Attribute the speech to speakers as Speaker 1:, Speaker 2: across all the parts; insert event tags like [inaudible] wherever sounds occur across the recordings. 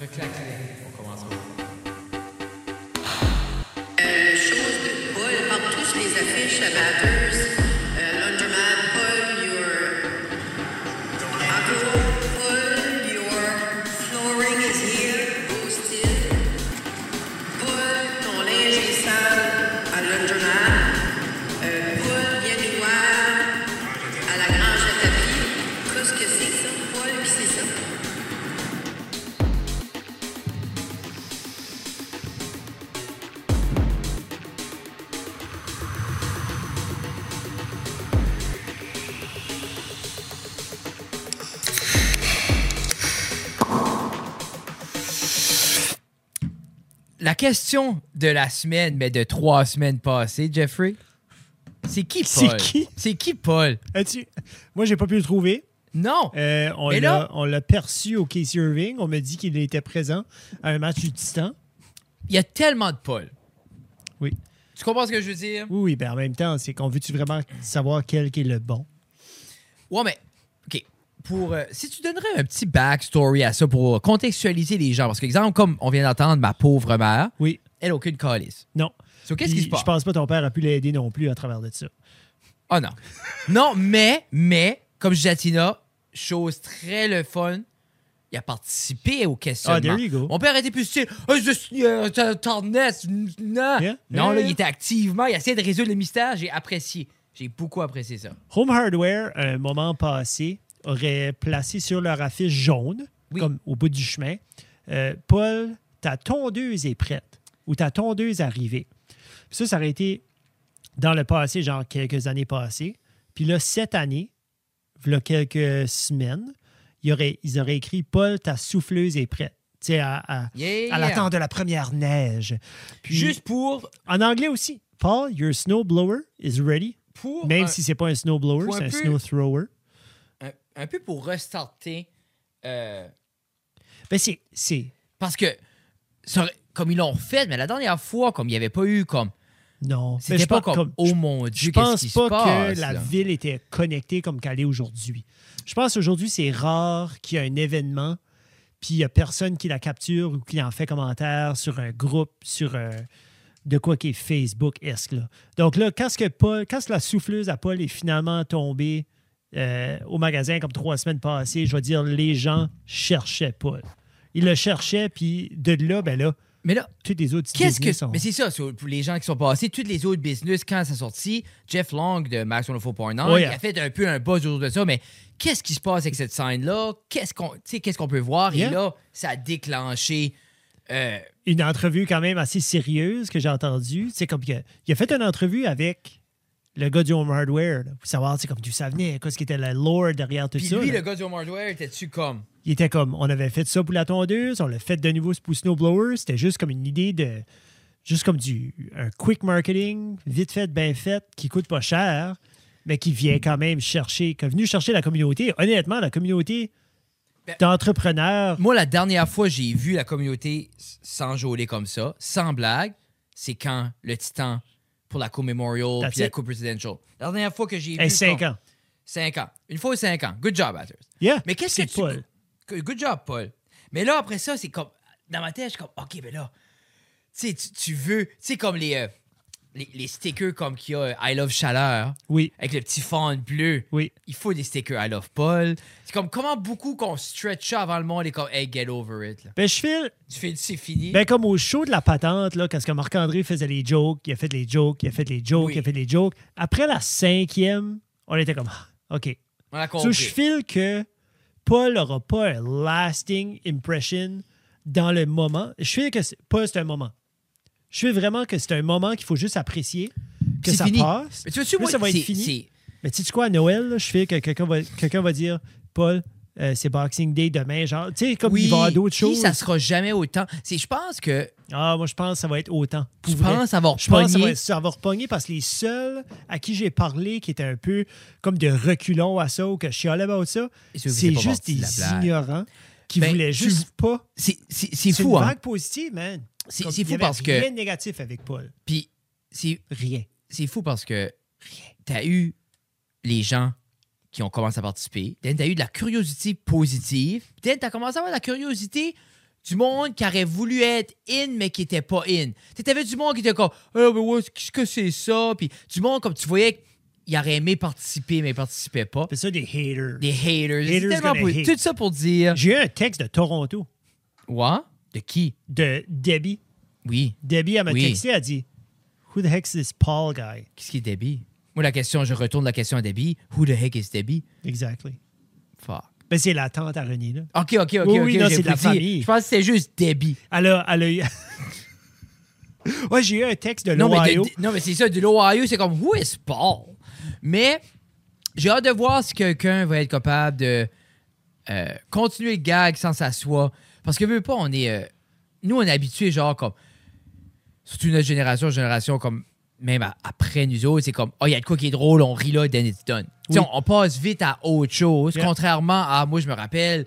Speaker 1: On commence au-
Speaker 2: Euh, chose de Paul, on touche les affiches à batteuse, euh, Laundromat, Paul, your Agro, Paul, your flooring is here, boosted. Paul, ton linge est sale à Laundromat. Euh, Paul, viens nous voir à la grange à tapis. Qu'est-ce que c'est que ça? Paul, qui c'est ça?
Speaker 3: La question de la semaine, mais de trois semaines passées, Jeffrey, c'est qui Paul?
Speaker 4: C'est qui?
Speaker 3: C'est qui Paul?
Speaker 4: As-tu- Eh, Moi, j'ai pas pu le trouver.
Speaker 3: Non!
Speaker 4: Euh, on
Speaker 3: Mais là-
Speaker 4: l'a- on l'a perçu au Casey Irving. On m'a dit qu'il était présent à un match du Titan.
Speaker 3: Il y a tellement de Paul.
Speaker 4: Oui.
Speaker 3: Tu comprends ce que je veux dire?
Speaker 4: Oui, oui, ben en même temps, c'est qu'on veut-tu vraiment savoir quel qui est le bon?
Speaker 3: Ouais, mais OK. Pour, euh, si tu donnerais un petit backstory à ça pour contextualiser les gens, parce que, exemple, comme on vient d'entendre ma pauvre mère,
Speaker 4: Oui.
Speaker 3: elle n'a aucune calice.
Speaker 4: Non.
Speaker 3: So, qu'est-ce
Speaker 4: Puis,
Speaker 3: qui se passe?
Speaker 4: Je pense pas que ton père a pu l'aider non plus à travers de ça.
Speaker 3: Oh non. non, mais, mais, comme je dis à Tina, chose très le fun, il a participé aux questions.
Speaker 4: Ah, there you go.
Speaker 3: Mon père était plus style. Ah, je suis euh, t'as- t'en es, non.
Speaker 4: Yeah,
Speaker 3: Non,
Speaker 4: yeah,
Speaker 3: là,
Speaker 4: yeah.
Speaker 3: il était activement, il essayait de résoudre le mystère. J'ai apprécié. J'ai beaucoup apprécié ça.
Speaker 4: Home Hardware, à un moment passé, aurait placé sur leur affiche jaune,
Speaker 3: Oui.
Speaker 4: comme au bout du chemin, euh, Paul, ta tondeuse est prête ou ta tondeuse est arrivée. Puis Ça, ça aurait été dans le passé, genre quelques années passées. Puis là, cette année, il quelques semaines, il aurait- ils auraient écrit Paul, ta souffleuse est prête. Tu sais, à, à-
Speaker 3: Yeah.
Speaker 4: à l'attente de la première neige. Puis,
Speaker 3: Juste pour.
Speaker 4: en anglais aussi, Paul, your snowblower is ready.
Speaker 3: pour
Speaker 4: Même
Speaker 3: un-
Speaker 4: si c'est pas un snowblower,
Speaker 3: Pour un
Speaker 4: c'est un
Speaker 3: peu-
Speaker 4: snow thrower.
Speaker 3: un, un peu pour restarter. euh,
Speaker 4: Ben c'est, c'est.
Speaker 3: parce que, ça aurait- comme ils l'ont fait, mais la dernière fois, comme il n'y avait pas eu comme.
Speaker 4: Non. Ben,
Speaker 3: C'était pas comme, Oh mon
Speaker 4: je, je
Speaker 3: Dieu, qu'est-ce
Speaker 4: pense
Speaker 3: qui se
Speaker 4: pas
Speaker 3: passe?
Speaker 4: que la
Speaker 3: là?
Speaker 4: ville était connectée comme qu'elle est aujourd'hui. Je pense aujourd'hui, c'est rare qu'il y ait un événement, puis il n'y a personne qui la capture ou qui en fait commentaire sur un groupe, sur un- de quoi qui est Facebook-esque. là. Donc là, quand, ce que Paul, quand ce que la souffleuse à Paul est finalement tombée euh, au magasin comme trois semaines passées, je veux dire, les gens cherchaient Paul. Ils le cherchaient, puis de là, ben là,
Speaker 3: Mais là,
Speaker 4: tous les autres
Speaker 3: Qu'est-ce
Speaker 4: Disney
Speaker 3: que.
Speaker 4: sont-
Speaker 3: Mais c'est ça, sur- pour les gens qui sont passés, toutes les autres business, quand ça sortit, Jeff Long de Max 104.9,
Speaker 4: Ouais.
Speaker 3: il a fait un peu un buzz autour de ça, mais qu'est-ce qui se passe avec cette scène-là? Qu'est-ce qu'on tu sais, qu'est-ce qu'on peut voir?
Speaker 4: Yeah.
Speaker 3: Et là, ça a déclenché. euh,
Speaker 4: une entrevue quand même assez sérieuse que j'ai entendue. C'est comme que, il a fait une entrevue avec le gars du Home Hardware là, pour savoir c'est comme tu ça venait, qu'est-ce qui était la lore derrière tout
Speaker 3: Puis
Speaker 4: ça.
Speaker 3: lui,
Speaker 4: là.
Speaker 3: le gars du Home Hardware, était-tu comme.
Speaker 4: Il était comme on avait fait ça pour la tondeuse, on l'a fait de nouveau pour Snowblower, c'était juste comme une idée de juste comme du un quick marketing, vite fait, bien fait, qui coûte pas cher, mais qui vient quand même chercher, qui est venu chercher la communauté. Honnêtement, la communauté
Speaker 3: Ben-
Speaker 4: d'entrepreneurs,
Speaker 3: Moi, la dernière fois, j'ai vu la communauté s- s'enjôler comme ça, sans blague, c'est quand le Titan pour la Coupe Memorial
Speaker 4: That's
Speaker 3: puis la
Speaker 4: it.
Speaker 3: Coupe Presidential. La dernière fois que j'ai vu.
Speaker 4: et 5
Speaker 3: comme-
Speaker 4: ans.
Speaker 3: Cinq ans. Une fois cinq ans. Good job, Batters.
Speaker 4: Yeah,
Speaker 3: Mais qu'est-ce que
Speaker 4: c'est Paul.
Speaker 3: tu. Que- Good job, Paul. Mais là, après ça, c'est comme. Dans ma tête, je suis comme, OK, mais là, tu sais, tu- tu veux. Tu sais, comme les, euh, les, les stickers comme qu'il y a euh, I Love Chaleur,
Speaker 4: Oui,
Speaker 3: avec le petit fond bleu.
Speaker 4: oui.
Speaker 3: Il faut des stickers I Love Paul. C'est comme comment beaucoup qu'on stretch ça avant le monde et comme, hey, get over it. là.
Speaker 4: Ben, je file
Speaker 3: Tu fais c'est fini.
Speaker 4: Ben, comme au show de la patente, là, quand ce que Marc-André faisait les jokes, il a fait les jokes, il a fait les jokes,
Speaker 3: Oui.
Speaker 4: il a fait les jokes. Après la cinquième, on était comme, Ah, OK.
Speaker 3: on a
Speaker 4: So,
Speaker 3: compris.
Speaker 4: je file que Paul n'aura pas un lasting impression dans le moment. Je file que c'est- Paul, c'est un moment. Je file vraiment que c'est un moment qu'il faut juste apprécier, que
Speaker 3: C'est
Speaker 4: ça
Speaker 3: fini.
Speaker 4: passe.
Speaker 3: Mais tu vois-tu,
Speaker 4: Là,
Speaker 3: moi,
Speaker 4: ça va être
Speaker 3: c'est-
Speaker 4: fini.
Speaker 3: c'est-
Speaker 4: Mais tu sais quoi, à Noël, là, je file que quelqu'un va, quelqu'un va dire, Paul, euh, c'est Boxing Day demain, genre, tu sais, comme il va y avoir d'autres
Speaker 3: puis
Speaker 4: choses.
Speaker 3: ça sera jamais autant. C'est, je pense que
Speaker 4: Ah, moi, je pense que ça va être autant.
Speaker 3: tu
Speaker 4: Pour vrai.
Speaker 3: penses avoir
Speaker 4: Je pense que ça
Speaker 3: pogné-
Speaker 4: va, ça va repogner parce que les seuls à qui j'ai parlé qui étaient un peu comme de reculons à ça ou que je chialais about ça,
Speaker 3: Et ceux qui
Speaker 4: c'est
Speaker 3: étaient pas
Speaker 4: juste
Speaker 3: partis de
Speaker 4: des
Speaker 3: la blague.
Speaker 4: ignorants qui
Speaker 3: Ben,
Speaker 4: voulaient
Speaker 3: tu-
Speaker 4: juste pas.
Speaker 3: c'est, c'est, c'est
Speaker 4: C'est une
Speaker 3: fou, hein?
Speaker 4: vague positive, man.
Speaker 3: C'est-
Speaker 4: Comme,
Speaker 3: c'est
Speaker 4: il y
Speaker 3: fou
Speaker 4: avait
Speaker 3: parce que-
Speaker 4: Rien de négatif avec Paul.
Speaker 3: Puis c'est,
Speaker 4: Rien.
Speaker 3: c'est fou parce que t'as eu les gens qui ont commencé à participer. Then, t'as eu de la curiosité positive. Then, t'as commencé à avoir de la curiosité du monde qui aurait voulu être in, mais qui n'était pas in. Tu avais du monde qui était comme, ah, ben ouais, qu'est-ce que c'est ça? Puis du monde, comme tu voyais, il aurait aimé participer, mais il participait pas.
Speaker 4: C'est ça des haters.
Speaker 3: Des haters. C'est
Speaker 4: Haters
Speaker 3: tellement
Speaker 4: gonna
Speaker 3: pour-
Speaker 4: hate.
Speaker 3: Tout ça pour dire.
Speaker 4: J'ai eu un texte de Toronto
Speaker 3: Ouais? De qui?
Speaker 4: de Debbie.
Speaker 3: Oui.
Speaker 4: Debbie, elle m'a
Speaker 3: Oui.
Speaker 4: texté, elle a dit Who the heck is this Paul guy?
Speaker 3: Qu'est-ce qui est Debbie? Moi, la question, je retourne la question à Debbie. Who the heck is Debbie?
Speaker 4: Exactly.
Speaker 3: Fuck.
Speaker 4: Ben, c'est la tante à René, là.
Speaker 3: OK, OK, OK.
Speaker 4: Oui, oui,
Speaker 3: OK,
Speaker 4: non,
Speaker 3: j'ai
Speaker 4: c'est de la
Speaker 3: dit.
Speaker 4: famille.
Speaker 3: Je pense que c'est juste Debbie.
Speaker 4: Elle a.
Speaker 3: [laughs]
Speaker 4: Elle a eu... ouais, j'ai eu un texte de
Speaker 3: Non, mais, de-
Speaker 4: l'Ohio.
Speaker 3: de- non, mais c'est ça, de l'Ohio, c'est comme Who is Paul? Mais j'ai hâte de voir si quelqu'un va être capable de euh, continuer le gag sans s'asseoir. Parce que veux pas, on est. euh, nous, on est habitués, genre, comme. Surtout notre génération, génération, comme. Même à- après nous autres, c'est comme, oh, il y a de quoi qui est drôle, on rit là, then it's done. Tu sais,
Speaker 4: Oui.
Speaker 3: On, on passe vite à autre chose.
Speaker 4: Yeah.
Speaker 3: Contrairement à, moi, je me rappelle,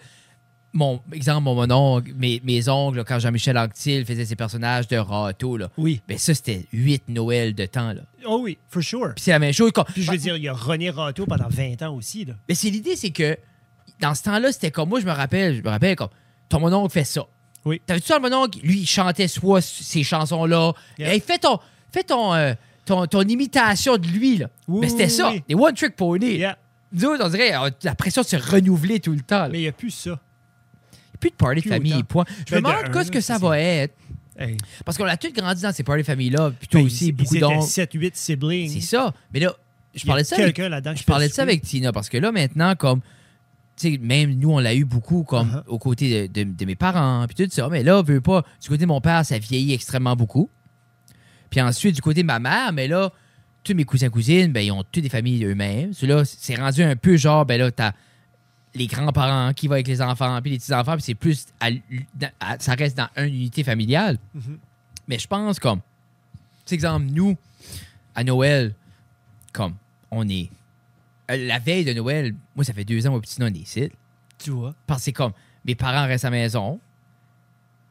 Speaker 3: mon exemple, mon, mon oncle, mes, mes ongles, là, quand Jean-Michel Anctil faisait ses personnages de râteau, là.
Speaker 4: Oui.
Speaker 3: Ben ça, c'était 8 Noël de temps, là.
Speaker 4: Oh oui, for sure.
Speaker 3: Puis c'est la même chose. comme-
Speaker 4: Puis je veux dire, il y a René Rato pendant 20 ans aussi, là.
Speaker 3: Mais c'est l'idée, c'est que dans ce temps-là, c'était comme moi, je me rappelle, je me rappelle comme ton mononcle fait ça.
Speaker 4: Oui.
Speaker 3: T'avais-tu ça, le mononcle? Lui, il chantait soit ces chansons-là.
Speaker 4: Yeah.
Speaker 3: Hey, fais ton. Fais ton, euh, ton, ton imitation de lui, là.
Speaker 4: Oui,
Speaker 3: Mais c'était
Speaker 4: oui,
Speaker 3: ça,
Speaker 4: oui.
Speaker 3: les One Trick Pony.
Speaker 4: Yeah.
Speaker 3: Nous autres, on dirait, on- la pression de se renouveler tout le temps. là.
Speaker 4: Mais il n'y a plus ça.
Speaker 3: Plus de party de
Speaker 4: plus
Speaker 3: famille,
Speaker 4: autant.
Speaker 3: point. Je me
Speaker 4: Ben, de
Speaker 3: demande
Speaker 4: un,
Speaker 3: qu'est-ce que
Speaker 4: là,
Speaker 3: ça
Speaker 4: c'est-
Speaker 3: va être.
Speaker 4: Hey.
Speaker 3: Parce qu'on a tous grandi dans ces party de famille-là. Puis toi
Speaker 4: Ben,
Speaker 3: aussi,
Speaker 4: ils-
Speaker 3: beaucoup
Speaker 4: ils étaient
Speaker 3: d'oncles.
Speaker 4: 7-8 siblings.
Speaker 3: C'est ça. Mais là, je
Speaker 4: Il y a
Speaker 3: parlais de ça. avec-
Speaker 4: quelqu'un là-dedans qui
Speaker 3: Je
Speaker 4: fait
Speaker 3: parlais
Speaker 4: le
Speaker 3: de ça
Speaker 4: souper.
Speaker 3: avec Tina parce que là, maintenant, comme. tu sais, même nous, on l'a eu beaucoup comme
Speaker 4: Uh-huh.
Speaker 3: aux côtés de, de- de mes parents, puis tout ça. Mais là, veut pas. Du côté de mon père, ça vieillit extrêmement beaucoup. Puis ensuite, du côté de ma mère, mais là, tous mes cousins cousines, ben, ils ont tous des familles eux-mêmes. Ceux-là, c'est rendu un peu genre, ben là, t'as les grands-parents qui vont avec les enfants, puis les petits-enfants, puis c'est plus. à l- dans- à- ça reste dans une unité familiale. Mais je pense comme. Tu sais, exemple, nous, à Noël, comme, on est. euh, La veille de Noël, moi, ça fait deux ans, mon petit, on est ici.
Speaker 4: Tu vois.
Speaker 3: Parce que c'est comme, mes parents restent à la maison.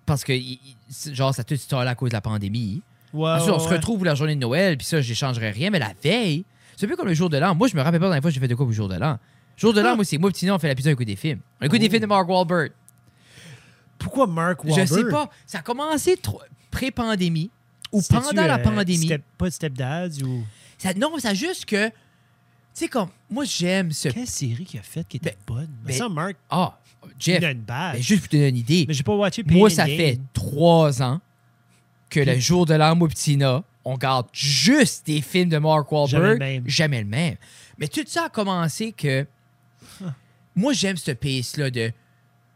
Speaker 3: Parce que, il- il- c'est- genre, ça a tout stallé à cause de la pandémie.
Speaker 4: Ouais,
Speaker 3: Ensuite, Ah, on
Speaker 4: ouais,
Speaker 3: se
Speaker 4: Ah, ouais.
Speaker 3: retrouve pour la journée de Noël, puis ça, je changerai rien. Mais la veille, c'est un peu comme le jour de l'an. Moi, je me rappelle pas la dernière fois que j'ai fait de quoi pour le jour de l'an. Jour de l'an,
Speaker 4: Ah.
Speaker 3: moi, c'est moi, petit, on fait l'épisode écoute des films. On écoute des
Speaker 4: Oh.
Speaker 3: films de Mark Wahlberg.
Speaker 4: Pourquoi Mark Wahlberg?
Speaker 3: Je sais pas. Ça a commencé trop- pré-pandémie ou
Speaker 4: C'était-tu,
Speaker 3: pendant la
Speaker 4: euh,
Speaker 3: pandémie.
Speaker 4: step- pas de Stepdads ou.
Speaker 3: Ça- non, ça juste que. Tu sais, comme. Moi, j'aime ce.
Speaker 4: Quelle série qu'il a faite qui était
Speaker 3: Ben,
Speaker 4: bonne? Mais
Speaker 3: ben,
Speaker 4: ça, Mark,
Speaker 3: Ah, Jeff.
Speaker 4: il a une base.
Speaker 3: ben, juste pour te donner une idée.
Speaker 4: mais j'ai pas watché Pain
Speaker 3: Moi,
Speaker 4: and
Speaker 3: ça
Speaker 4: Gain.
Speaker 3: fait trois ans que le
Speaker 4: Puis-
Speaker 3: jour de l'âme au P'tina, on garde juste des films de Mark Wahlberg.
Speaker 4: Jamais le même.
Speaker 3: Jamais le même. Mais tout ça a commencé que. Moi, j'aime ce pace-là de. Tu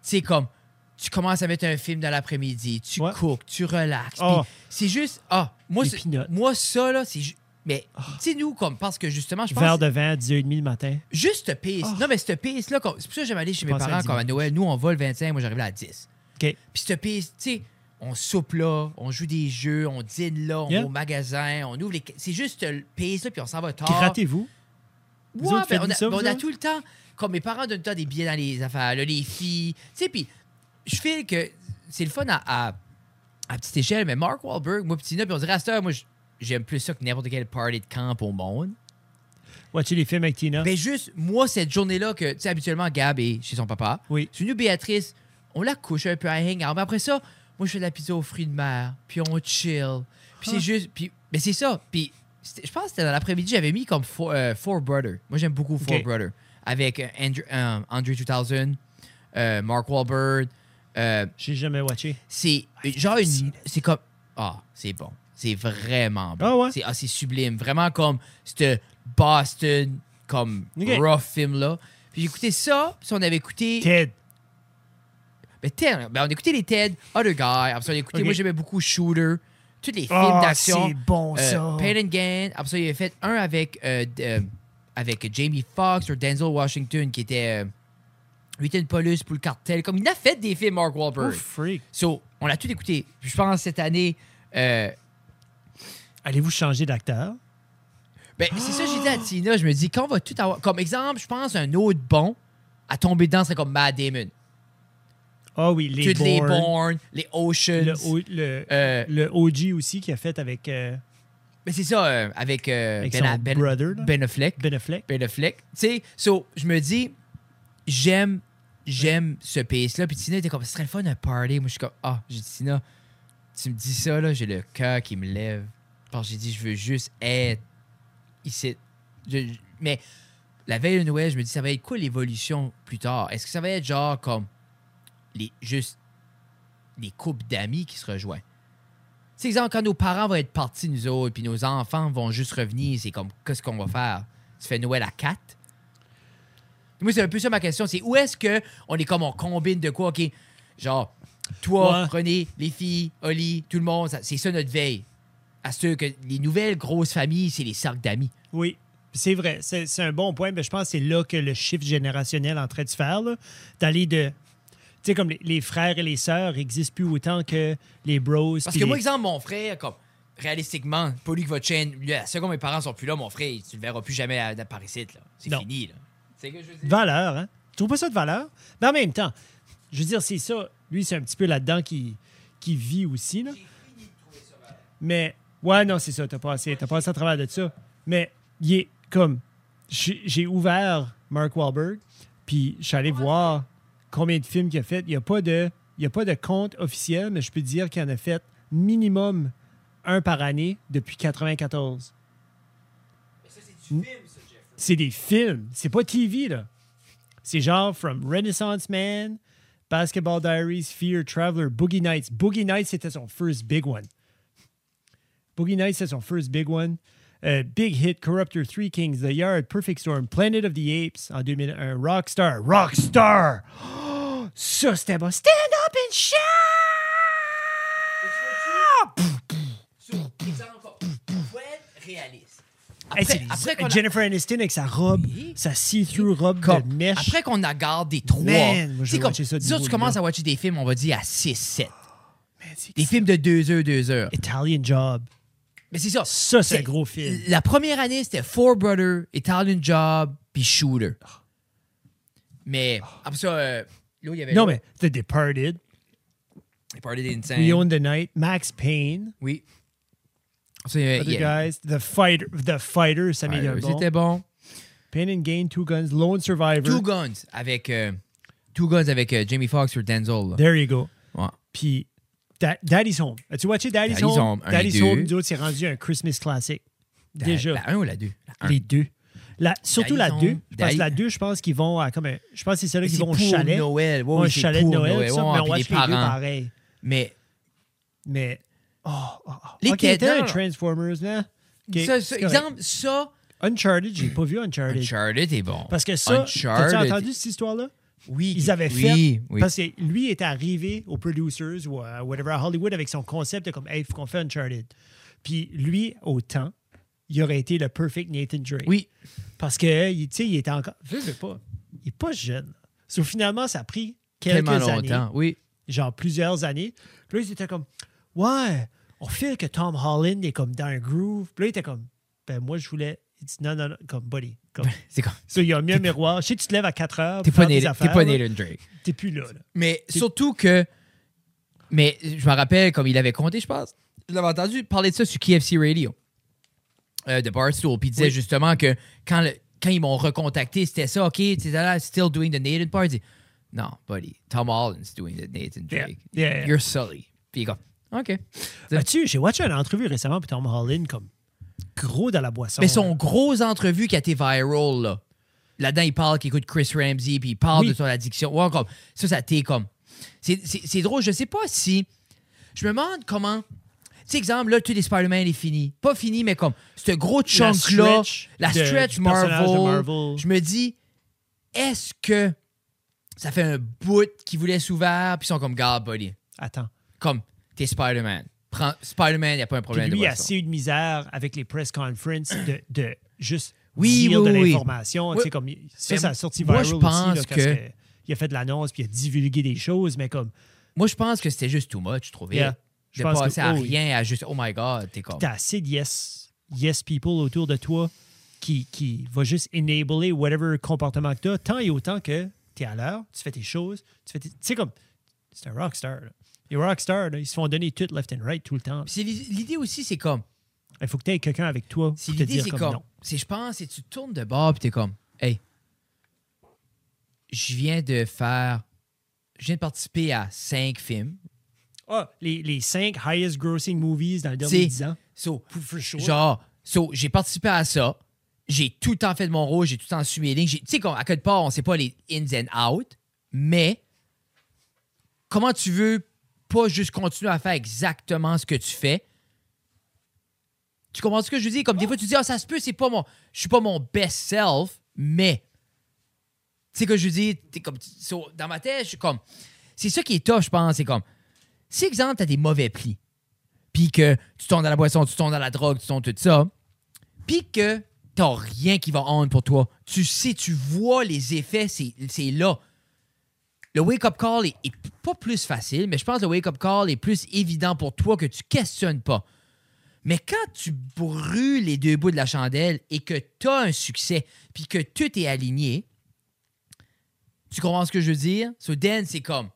Speaker 3: sais, comme. Tu commences à mettre un film dans l'après-midi, tu
Speaker 4: Ouais.
Speaker 3: cookes, tu relaxes.
Speaker 4: Ah.
Speaker 3: puis C'est juste. Ah, moi,
Speaker 4: Des
Speaker 3: c'est-
Speaker 4: peanuts.
Speaker 3: moi ça, là, c'est. ju- Mais, tu sais, nous, comme. Parce que justement, je pense.
Speaker 4: Vers de vin à 10h30 le matin.
Speaker 3: Juste cette piste.
Speaker 4: Oh.
Speaker 3: Non, mais cette piste-là, comme- c'est pour ça que j'aime aller chez mes
Speaker 4: Pensez à
Speaker 3: parents comme à
Speaker 4: dimanche.
Speaker 3: Noël. Nous, on va le 25, moi, j'arrive là à 10.
Speaker 4: OK.
Speaker 3: Puis cette piste, tu sais, on soupe là, on joue des jeux, on dîne là, on
Speaker 4: Yeah.
Speaker 3: va au magasin, on ouvre les. C'est juste cette piste-là, puis on s'en va tard.
Speaker 4: Grattez-vous. Vous
Speaker 3: Ah. Ouais,
Speaker 4: autres,
Speaker 3: ben, on, a,
Speaker 4: faites-vous ça,
Speaker 3: ben,
Speaker 4: vous
Speaker 3: on a
Speaker 4: autres?
Speaker 3: tout le temps. Comme mes parents donnent tout le temps des billets dans les affaires, là, les filles. Tu sais, puis je feel que c'est le fun à, à, à petite échelle, mais Mark Wahlberg, moi, petit, puis on dirait à cette heure, moi, j- j'aime plus ça que n'importe quelle party de camp au monde.
Speaker 4: Watchez les films avec Tina.
Speaker 3: Ben juste, moi, cette journée-là que, tu sais, habituellement, Gab est chez son papa.
Speaker 4: Oui.
Speaker 3: Chez nous, Béatrice, on la couche un peu à hang Mais après ça, moi, je fais de la pizza aux fruits de mer, puis on chill. Puis c'est
Speaker 4: Ah.
Speaker 3: juste, puis, mais c'est ça. Puis c'était- je pense que c'était dans l'après-midi, j'avais mis comme Four, euh, Four Brother. Moi, j'aime beaucoup Four
Speaker 4: Ok.
Speaker 3: Brother. Avec euh, Andrew, euh, Andre 2000, euh, Mark Wahlberg. euh,
Speaker 4: J'ai jamais watché.
Speaker 3: c'est
Speaker 4: Ah,
Speaker 3: genre
Speaker 4: facile.
Speaker 3: une. C'est comme. Ah, c'est bon. C'est vraiment bon.
Speaker 4: Ah ouais?
Speaker 3: C'est ah, c'est sublime. Vraiment comme ce Boston, comme
Speaker 4: Ok.
Speaker 3: rough film-là. Puis j'ai écouté ça, puis on avait écouté.
Speaker 4: Ted.
Speaker 3: Ben, Ted, ben, on écoutait les Ted, Other Guy. Après ça, on a écouté.
Speaker 4: Ok.
Speaker 3: Moi, j'aimais beaucoup Shooter. Tous les films
Speaker 4: Ah,
Speaker 3: d'action.
Speaker 4: c'est bon,
Speaker 3: Euh,
Speaker 4: ça.
Speaker 3: Pain and Gain. Après ça, il avait fait un avec, euh, d- euh, avec Jamie Foxx ou Denzel Washington qui était. Euh, lui, était une police pour le cartel. Comme il a fait des films, Mark
Speaker 4: Oh,
Speaker 3: Wahlberg.
Speaker 4: freak.
Speaker 3: So, on l'a tout écouté. Puis Je pense cette année. euh,
Speaker 4: Allez-vous changer d'acteur?
Speaker 3: ben, c'est ça que j'ai dit à Tina. Je me dis, quand on va tout avoir. Comme exemple, je pense un autre bon à tomber dedans serait comme Matt Damon.
Speaker 4: Ah oui, les
Speaker 3: Toutes les
Speaker 4: Bourne.
Speaker 3: Bourne, les Oceans.
Speaker 4: Le, O- le,
Speaker 3: Euh,
Speaker 4: le OG aussi qui a fait avec euh,
Speaker 3: Mais c'est ça, euh, avec, euh,
Speaker 4: Avec
Speaker 3: ben,
Speaker 4: son
Speaker 3: ben,
Speaker 4: brother, là.
Speaker 3: ben Affleck.
Speaker 4: Ben Affleck.
Speaker 3: Ben Affleck. Tu sais, so, je me dis, j'aime j'aime ce pays-là. Puis Tina était comme, ce serait le fun un party. Moi, je suis comme, ah, j'ai dit, Tina, tu me dis ça, là, j'ai le cœur qui me lève. Parce que j'ai dit, je veux juste être ici. Je- je- mais la veille de Noël, je me dis, ça va être quoi l'évolution plus tard? Est-ce que ça va être genre comme les, juste les couples d'amis qui se rejoignent? C'est exemple, quand nos parents vont être partis, nous autres, puis nos enfants vont juste revenir, c'est comme, qu'est-ce qu'on va faire? Tu fais Noël à 4? Moi, c'est un peu ça ma question, c'est où est-ce que on est comme, on combine de quoi? OK, genre, toi,
Speaker 4: Ouais.
Speaker 3: René, les filles, Oli, tout le monde, ça- c'est ça notre veille. À ceux que les nouvelles grosses familles, c'est les cercles d'amis.
Speaker 4: Oui, c'est vrai. C'est c'est un bon point, mais je pense que c'est là que le chiffre générationnel est en train de se faire. là. D'aller de. Tu sais, comme les, les frères et les sœurs n'existent plus autant que les bros.
Speaker 3: Parce
Speaker 4: puis
Speaker 3: que
Speaker 4: les-
Speaker 3: moi, exemple, mon frère, comme réalistiquement, pas lui qui va te chaîne. Lui, à la seconde mes parents sont plus là, mon frère, tu le verras plus jamais à, à Paris là. C'est
Speaker 4: Non.
Speaker 3: fini, là. C'est que je veux dire?
Speaker 4: valeur, hein? Tu trouves pas ça de valeur? Mais en même temps, je veux dire, c'est ça. Lui, c'est un petit peu là-dedans qui, qui vit aussi, là. Mais, ouais, non, c'est ça. T'as passé, t'as passé à travers de ça. Mais, il est comme. J'ai j'ai ouvert Mark Wahlberg, puis je suis allé voir combien de films qu'il a fait. Il n'y a, pas de- il y a pas de compte officiel, mais je peux dire qu'il en a fait minimum un par année depuis 94. C'est des films. C'est pas TV, là. C'est genre From Renaissance Man, Basketball Diaries, Fear Traveler, Boogie Nights. Boogie Nights, c'était son first big one. Boogie Nights, c'était son first big one. Euh, big Hit, Corruptor 3 Kings, The Yard, Perfect Storm, Planet of the Apes en 2001, Rockstar, Rockstar! [gasps] Oh, ça, c'était bon. Stand up and shout!
Speaker 3: Sur- exemple, encore, faut être réaliste.
Speaker 4: Hey, c'est
Speaker 3: Après,
Speaker 4: des-
Speaker 3: après qu'on a-
Speaker 4: Jennifer Aniston avec sa robe,
Speaker 3: Oui.
Speaker 4: sa see-through robe
Speaker 3: comme,
Speaker 4: de mèche.
Speaker 3: après qu'on regarde des trois,
Speaker 4: Man, moi,
Speaker 3: tu
Speaker 4: je
Speaker 3: sais,
Speaker 4: vais
Speaker 3: comme,
Speaker 4: watcher ça du
Speaker 3: disons,
Speaker 4: bout,
Speaker 3: tu commences
Speaker 4: là.
Speaker 3: à watcher des films, on va dire à 6, 7.
Speaker 4: Man, c'est-
Speaker 3: Des films de 2 heures, 2 heures.
Speaker 4: Italian Job.
Speaker 3: Mais c'est ça.
Speaker 4: Ça, c'est un gros film.
Speaker 3: La première année, c'était Four Brother, Italian Job, puis Shooter.
Speaker 4: Ah.
Speaker 3: Mais après ça, euh, là, il y avait
Speaker 4: Non, mais The Departed,
Speaker 3: Party Insane.
Speaker 4: We Own the Night, Max Payne,
Speaker 3: Oui. C'est, euh,
Speaker 4: Other
Speaker 3: yeah.
Speaker 4: Guys, The Fighter, The Fighter, ça m'est
Speaker 3: Ouais,
Speaker 4: bien bon.
Speaker 3: C'était bon.
Speaker 4: Pain and Gain, Two Guns, Lone Survivor.
Speaker 3: Two Guns avec, euh, Two Guns avec euh, Jamie Foxx ou Denzel. là.
Speaker 4: There you go.
Speaker 3: Ouais.
Speaker 4: Puis Da- Daddy's Home. As-tu watché Daddy's,
Speaker 3: Daddy's
Speaker 4: Home?
Speaker 3: Home, un et
Speaker 4: Daddy's
Speaker 3: deux.
Speaker 4: Home, nous autres, c'est rendu un Christmas classic.
Speaker 3: La-
Speaker 4: Déjà.
Speaker 3: La 1 ou la 2? La 1.
Speaker 4: les deux. La- surtout
Speaker 3: Daddy's
Speaker 4: la 2.
Speaker 3: Home,
Speaker 4: Parce que la
Speaker 3: Daddy-
Speaker 4: 2, je pense qu'ils vont à comme un- Je pense que c'est ceux-là qui
Speaker 3: C'est
Speaker 4: vont au
Speaker 3: pour
Speaker 4: chalet.
Speaker 3: Noël. Ouais,
Speaker 4: Un
Speaker 3: oui, c'est
Speaker 4: chalet de
Speaker 3: pour
Speaker 4: Noël.
Speaker 3: Noël.
Speaker 4: ça,
Speaker 3: Ouais,
Speaker 4: mais on
Speaker 3: puis
Speaker 4: watch
Speaker 3: les
Speaker 4: les, deux
Speaker 3: parents.
Speaker 4: pareil.
Speaker 3: Mais
Speaker 4: Mais. Oh, oh, oh.
Speaker 3: Les
Speaker 4: Ok, t'as
Speaker 3: têtes,
Speaker 4: un
Speaker 3: non.
Speaker 4: Transformers, là. Ok,
Speaker 3: ça,
Speaker 4: c'est
Speaker 3: ça,
Speaker 4: correct.
Speaker 3: exemple, ça,
Speaker 4: Uncharted, j'ai pas vu Uncharted.
Speaker 3: Uncharted est bon.
Speaker 4: Parce que ça,
Speaker 3: Uncharted-
Speaker 4: t'as entendu cette histoire-là?
Speaker 3: Oui.
Speaker 4: Ils avaient fait.
Speaker 3: oui, Oui,
Speaker 4: Parce que lui est arrivé aux producers ou à whatever à Hollywood avec son concept de comme, hey, faut qu'on fait Uncharted. Puis lui, au temps, il aurait été le perfect Nathan Drake.
Speaker 3: Oui.
Speaker 4: Parce que, il- tu sais, il était encore. Je sais pas. Il est pas jeune. So, finalement, ça a pris quelques
Speaker 3: Tellement
Speaker 4: années.
Speaker 3: longtemps. Oui.
Speaker 4: genre plusieurs années. Puis là, ils étaient comme, ouais, on feel que Tom Holland est comme dans un groove. Puis là, il était comme, ben moi, je voulais. Il dit, non, non, non, comme, buddy.
Speaker 3: [laughs]
Speaker 4: Comme.
Speaker 3: C'est comme.
Speaker 4: So, il a mis un miroir. Je sais, tu te lèves à 4 heures.
Speaker 3: T'es
Speaker 4: pour
Speaker 3: pas,
Speaker 4: faire
Speaker 3: né-
Speaker 4: tes
Speaker 3: t'es
Speaker 4: affaires,
Speaker 3: pas
Speaker 4: là.
Speaker 3: Nathan Drake.
Speaker 4: T'es plus là. là.
Speaker 3: Mais surtout que. Mais je me rappelle, comme il avait compté, je pense, je l'avais entendu parler de ça sur KFC Radio euh, de Barstool. Puis il disait
Speaker 4: Oui.
Speaker 3: justement que quand, le- quand ils m'ont recontacté, c'était ça, OK, tu là, still doing the Nathan part. Il dit, non, buddy, Tom Holland's doing the Nathan
Speaker 4: Yeah.
Speaker 3: Drake.
Speaker 4: Yeah, yeah.
Speaker 3: You're Sully. Puis il est comme, OK.
Speaker 4: As-tu, j'ai watché une entrevue récemment, puis Tom Holland, comme, gros dans la boisson.
Speaker 3: Mais
Speaker 4: là.
Speaker 3: son grosse entrevue qui a été viral, là. Là-dedans, il parle qu'il écoute Chris Ramsey, puis il parle
Speaker 4: Oui.
Speaker 3: de son addiction. Ouais, comme, ça, ça t'est comme. C'est- C'est c'est drôle, je sais pas si. Je me demande comment. Tu sais, exemple, là, tous les Spider-Man est fini. Pas fini, mais comme, ce gros chunk-là,
Speaker 4: stretch
Speaker 3: la
Speaker 4: de-
Speaker 3: stretch
Speaker 4: du personnage de
Speaker 3: Marvel,
Speaker 4: Marvel.
Speaker 3: Je me dis, est-ce que ça fait un bout qui vous laisse ouvert, puis ils sont comme, garde, buddy.
Speaker 4: Attends.
Speaker 3: Comme, t'es Spider-Man. Prends- Spider-Man, il a pas un
Speaker 4: Puis
Speaker 3: problème
Speaker 4: lui, il
Speaker 3: de
Speaker 4: a
Speaker 3: boisson.
Speaker 4: assez eu de misère avec les press conferences de, de juste
Speaker 3: Oui,
Speaker 4: dire
Speaker 3: oui,
Speaker 4: de
Speaker 3: oui.
Speaker 4: l'information. tu
Speaker 3: Oui.
Speaker 4: sais, Comme, il- ça,
Speaker 3: Mais
Speaker 4: ça a sorti
Speaker 3: moi,
Speaker 4: viral
Speaker 3: je
Speaker 4: aussi, là,
Speaker 3: pense
Speaker 4: parce
Speaker 3: que-
Speaker 4: que il a fait de l'annonce, puis il a divulgué des choses, mais comme,
Speaker 3: Moi, je pense que c'était juste too much, je trouvais.
Speaker 4: Yeah. Je
Speaker 3: De
Speaker 4: pense
Speaker 3: passer
Speaker 4: que-
Speaker 3: à
Speaker 4: oh, oui.
Speaker 3: rien, à juste, oh my god, t'es comme.
Speaker 4: t'as assez de yes, yes people autour de toi qui, qui va juste enabler whatever comportement que t'as, tant et autant que t'es à l'heure, tu fais tes choses, tu fais tes- Tu sais, comme, c'est un rockstar, là. Les rockstars, là, ils se font donner tout left and right tout le temps.
Speaker 3: Puis c'est l'i- L'idée aussi, c'est comme.
Speaker 4: Il faut que t'aies quelqu'un avec toi
Speaker 3: c'est
Speaker 4: pour te
Speaker 3: L'idée,
Speaker 4: dire
Speaker 3: c'est
Speaker 4: comme,
Speaker 3: comme.
Speaker 4: non.
Speaker 3: c'est Je pense, et tu tournes de bord, puis t'es comme, hey, je viens de faire. Je viens de participer à cinq films.
Speaker 4: Ah, les, les cinq highest grossing movies dans les
Speaker 3: C'est-
Speaker 4: derniers 10 ans.
Speaker 3: So,
Speaker 4: For- for sure.
Speaker 3: Genre, so, j'ai participé à ça. J'ai tout le temps fait de mon rôle, j'ai tout le temps su mes lignes. J'ai- Tu sais, comme, à quelque part, on sait pas les ins and out, mais comment tu veux pas juste continuer à faire exactement ce que tu fais? Tu comprends ce que je veux dire? Comme des fois, tu dis, ah, ça se peut, c'est pas mon. Je suis pas mon best self, mais. Tu sais que je veux dire, t'es comme. so, dans ma tête, je suis comme. C'est ça qui est tough, je pense. C'est comme. Si, exemple, t'as des mauvais plis puis que tu tombes dans la boisson, tu tombes dans la drogue, tu tombes tout ça, puis que t'as rien qui va on pour toi. Tu sais, tu vois les effets, c'est c'est là. Le wake-up call est, est pas plus facile, mais je pense que le wake-up call est plus évident pour toi que tu questionnes pas. Mais quand tu brûles les deux bouts de la chandelle et que t'as un succès, puis que tout est aligné, tu comprends ce que je veux dire? So, Dan, c'est comme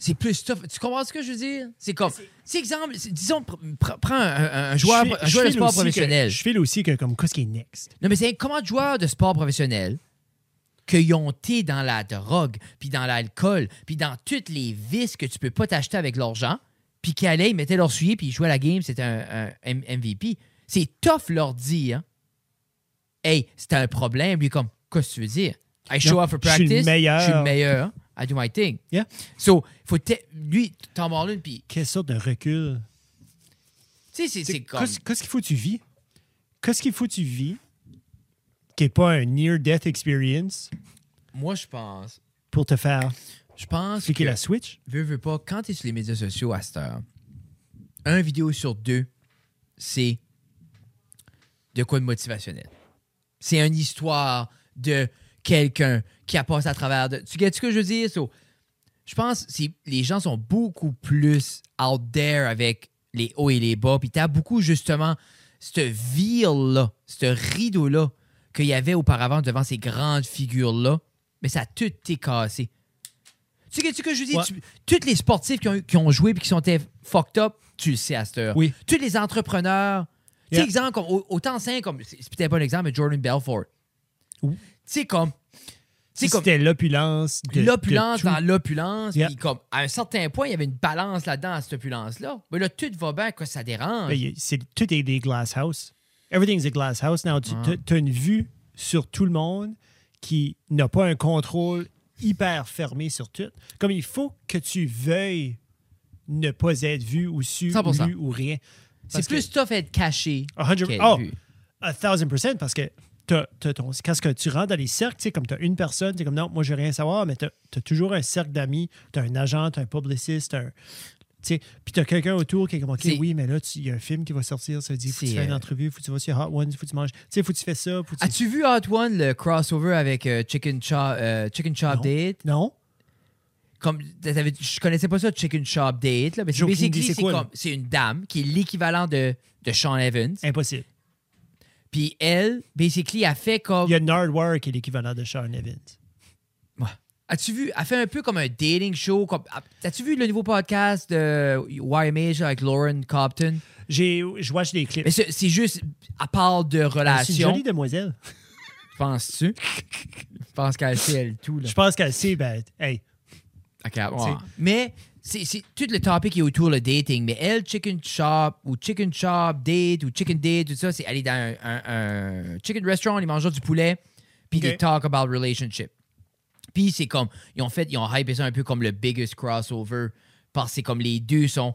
Speaker 3: c'est plus tough. Tu comprends ce que je veux dire? C'est comme. C'est exemple, c'est- disons, pr- pr- prends un- un, un joueur,
Speaker 4: Je fais-
Speaker 3: un
Speaker 4: je
Speaker 3: joueur de
Speaker 4: file
Speaker 3: sport
Speaker 4: aussi que-
Speaker 3: professionnel.
Speaker 4: je file aussi que, comme, qu'est-ce qui est next?
Speaker 3: Non, mais c'est comment de joueurs de sport professionnel qui ont été dans la drogue, puis dans l'alcool, puis dans toutes les vices que tu peux pas t'acheter avec l'argent, puis qui allaient, ils mettaient leur soulier, puis ils jouaient à la game, c'était un, un M- MVP. C'est tough leur dire hein. Hey, c'était un problème. Lui, comme, qu'est-ce que tu veux dire? I show
Speaker 4: Non,
Speaker 3: up for
Speaker 4: je suis le
Speaker 3: practice.
Speaker 4: meilleur.
Speaker 3: Je suis le meilleur. hein. I do my thing.
Speaker 4: Yeah.
Speaker 3: So, faut te- lui, t'en mords une, puis.
Speaker 4: Quelle sorte de recul?
Speaker 3: Tu sais, c'est- c'est comme.
Speaker 4: Qu'est-ce qu'est-ce qu'il faut que tu vis? Qu'est-ce qu'il faut que tu vis qui n'est pas un near-death experience
Speaker 3: Moi, je pense.
Speaker 4: pour te faire
Speaker 3: Je pense.
Speaker 4: cliquer
Speaker 3: que-
Speaker 4: la switch?
Speaker 3: veux, veux pas, quand tu es sur les médias sociaux à cette heure, un vidéo sur deux, c'est de quoi de motivationnel. C'est une histoire de quelqu'un qui a passé à travers de. Tu sais ce que je veux dire? So, je pense que les gens sont beaucoup plus out there avec les hauts et les bas. Puis tu as beaucoup, justement, ce vire-là, ce rideau-là qu'il y avait auparavant devant ces grandes figures-là. Mais ça a tout été cassé. Tu sais ce que je veux dire?
Speaker 4: Ouais.
Speaker 3: Tu- Toutes les sportifs qui ont, qui ont joué puis qui sont été fucked up, tu le sais à cette heure.
Speaker 4: Oui.
Speaker 3: Tous les entrepreneurs. Tu sais,
Speaker 4: Yeah.
Speaker 3: exemple, comme, au- autant sain comme. C'est c'est peut-être pas un exemple, mais Jordan Belfort.
Speaker 4: Ouh.
Speaker 3: Tu sais, comme. Tu sais, comme
Speaker 4: C'était l'opulence. de-
Speaker 3: l'opulence
Speaker 4: de tout.
Speaker 3: dans l'opulence.
Speaker 4: Yeah.
Speaker 3: Puis comme à un certain point, il y avait une balance là-dedans, à cette opulence-là. Mais là, tout va bien, quoi, ça dérange.
Speaker 4: Ben, y a- c'est- Tout est des glass house. Everything's a glass house. Now, tu
Speaker 3: Ouais.
Speaker 4: as une vue sur tout le monde qui n'a pas un contrôle hyper fermé sur tout. Comme il faut que tu veuilles ne pas être vu ou su ou
Speaker 3: 100%.
Speaker 4: lu ou rien.
Speaker 3: c'est
Speaker 4: Parce que-
Speaker 3: plus tough être caché.
Speaker 4: 100
Speaker 3: qu'être
Speaker 4: oh,
Speaker 3: vu.
Speaker 4: a thousand percent parce que t'as, t'as ton, quand ce que tu rentres dans les cercles, tu sais, comme tu as une personne, tu comme non, moi je veux rien savoir, mais tu as toujours un cercle d'amis, tu as un agent, tu un publiciste, t'as un. tu sais, Puis tu as quelqu'un autour qui est comme OK,
Speaker 3: C'est-
Speaker 4: oui, mais là, tu- il y a un film qui va sortir, ça dit faut que tu
Speaker 3: C'est,
Speaker 4: fais une
Speaker 3: euh,
Speaker 4: entrevue, faut que tu vas sur Hot Ones, faut que tu manges. Tu sais, faut que tu fais ça. Faut que tu...
Speaker 3: As-tu vu Hot One, le crossover avec euh, Chicken Chop, euh, Chicken Chop
Speaker 4: Non.
Speaker 3: Date?
Speaker 4: Non?
Speaker 3: Comme, t'avais- je connaissais pas ça, Chicken Chop Date. Là, mais c'est
Speaker 4: J'ai aucune
Speaker 3: basically,
Speaker 4: idée, c'est
Speaker 3: c'est
Speaker 4: quoi,
Speaker 3: comme-
Speaker 4: là?
Speaker 3: c'est une dame qui est l'équivalent de, de Sean Evans.
Speaker 4: Impossible.
Speaker 3: Puis elle, basically, a fait comme.
Speaker 4: Il y a Nardwar qui est l'équivalent de Sean Evans.
Speaker 3: Ouais. As-tu vu, elle fait un peu comme un dating show. Comme, as-tu vu le nouveau podcast de YMH avec Lauren Compton?
Speaker 4: J'ai, je watch des clips.
Speaker 3: Mais c'est c'est juste, à part de
Speaker 4: Ah, C'est une
Speaker 3: relations,
Speaker 4: jolie demoiselle.
Speaker 3: penses-tu? [laughs] Je pense qu'elle sait elle tout. Là.
Speaker 4: Je pense qu'elle sait, ben, hey,
Speaker 3: Ok, ouais. Mais c'est c'est tout le topic qui est autour le dating. Mais elle, chicken shop ou chicken shop date ou chicken date, tout ça, c'est aller dans un, un- un chicken restaurant, ils mangent du poulet, puis
Speaker 4: Ok.
Speaker 3: they talk about relationship. Puis c'est comme, ils ont fait, ils ont hypé ça un peu comme le biggest crossover parce que c'est comme les deux sont,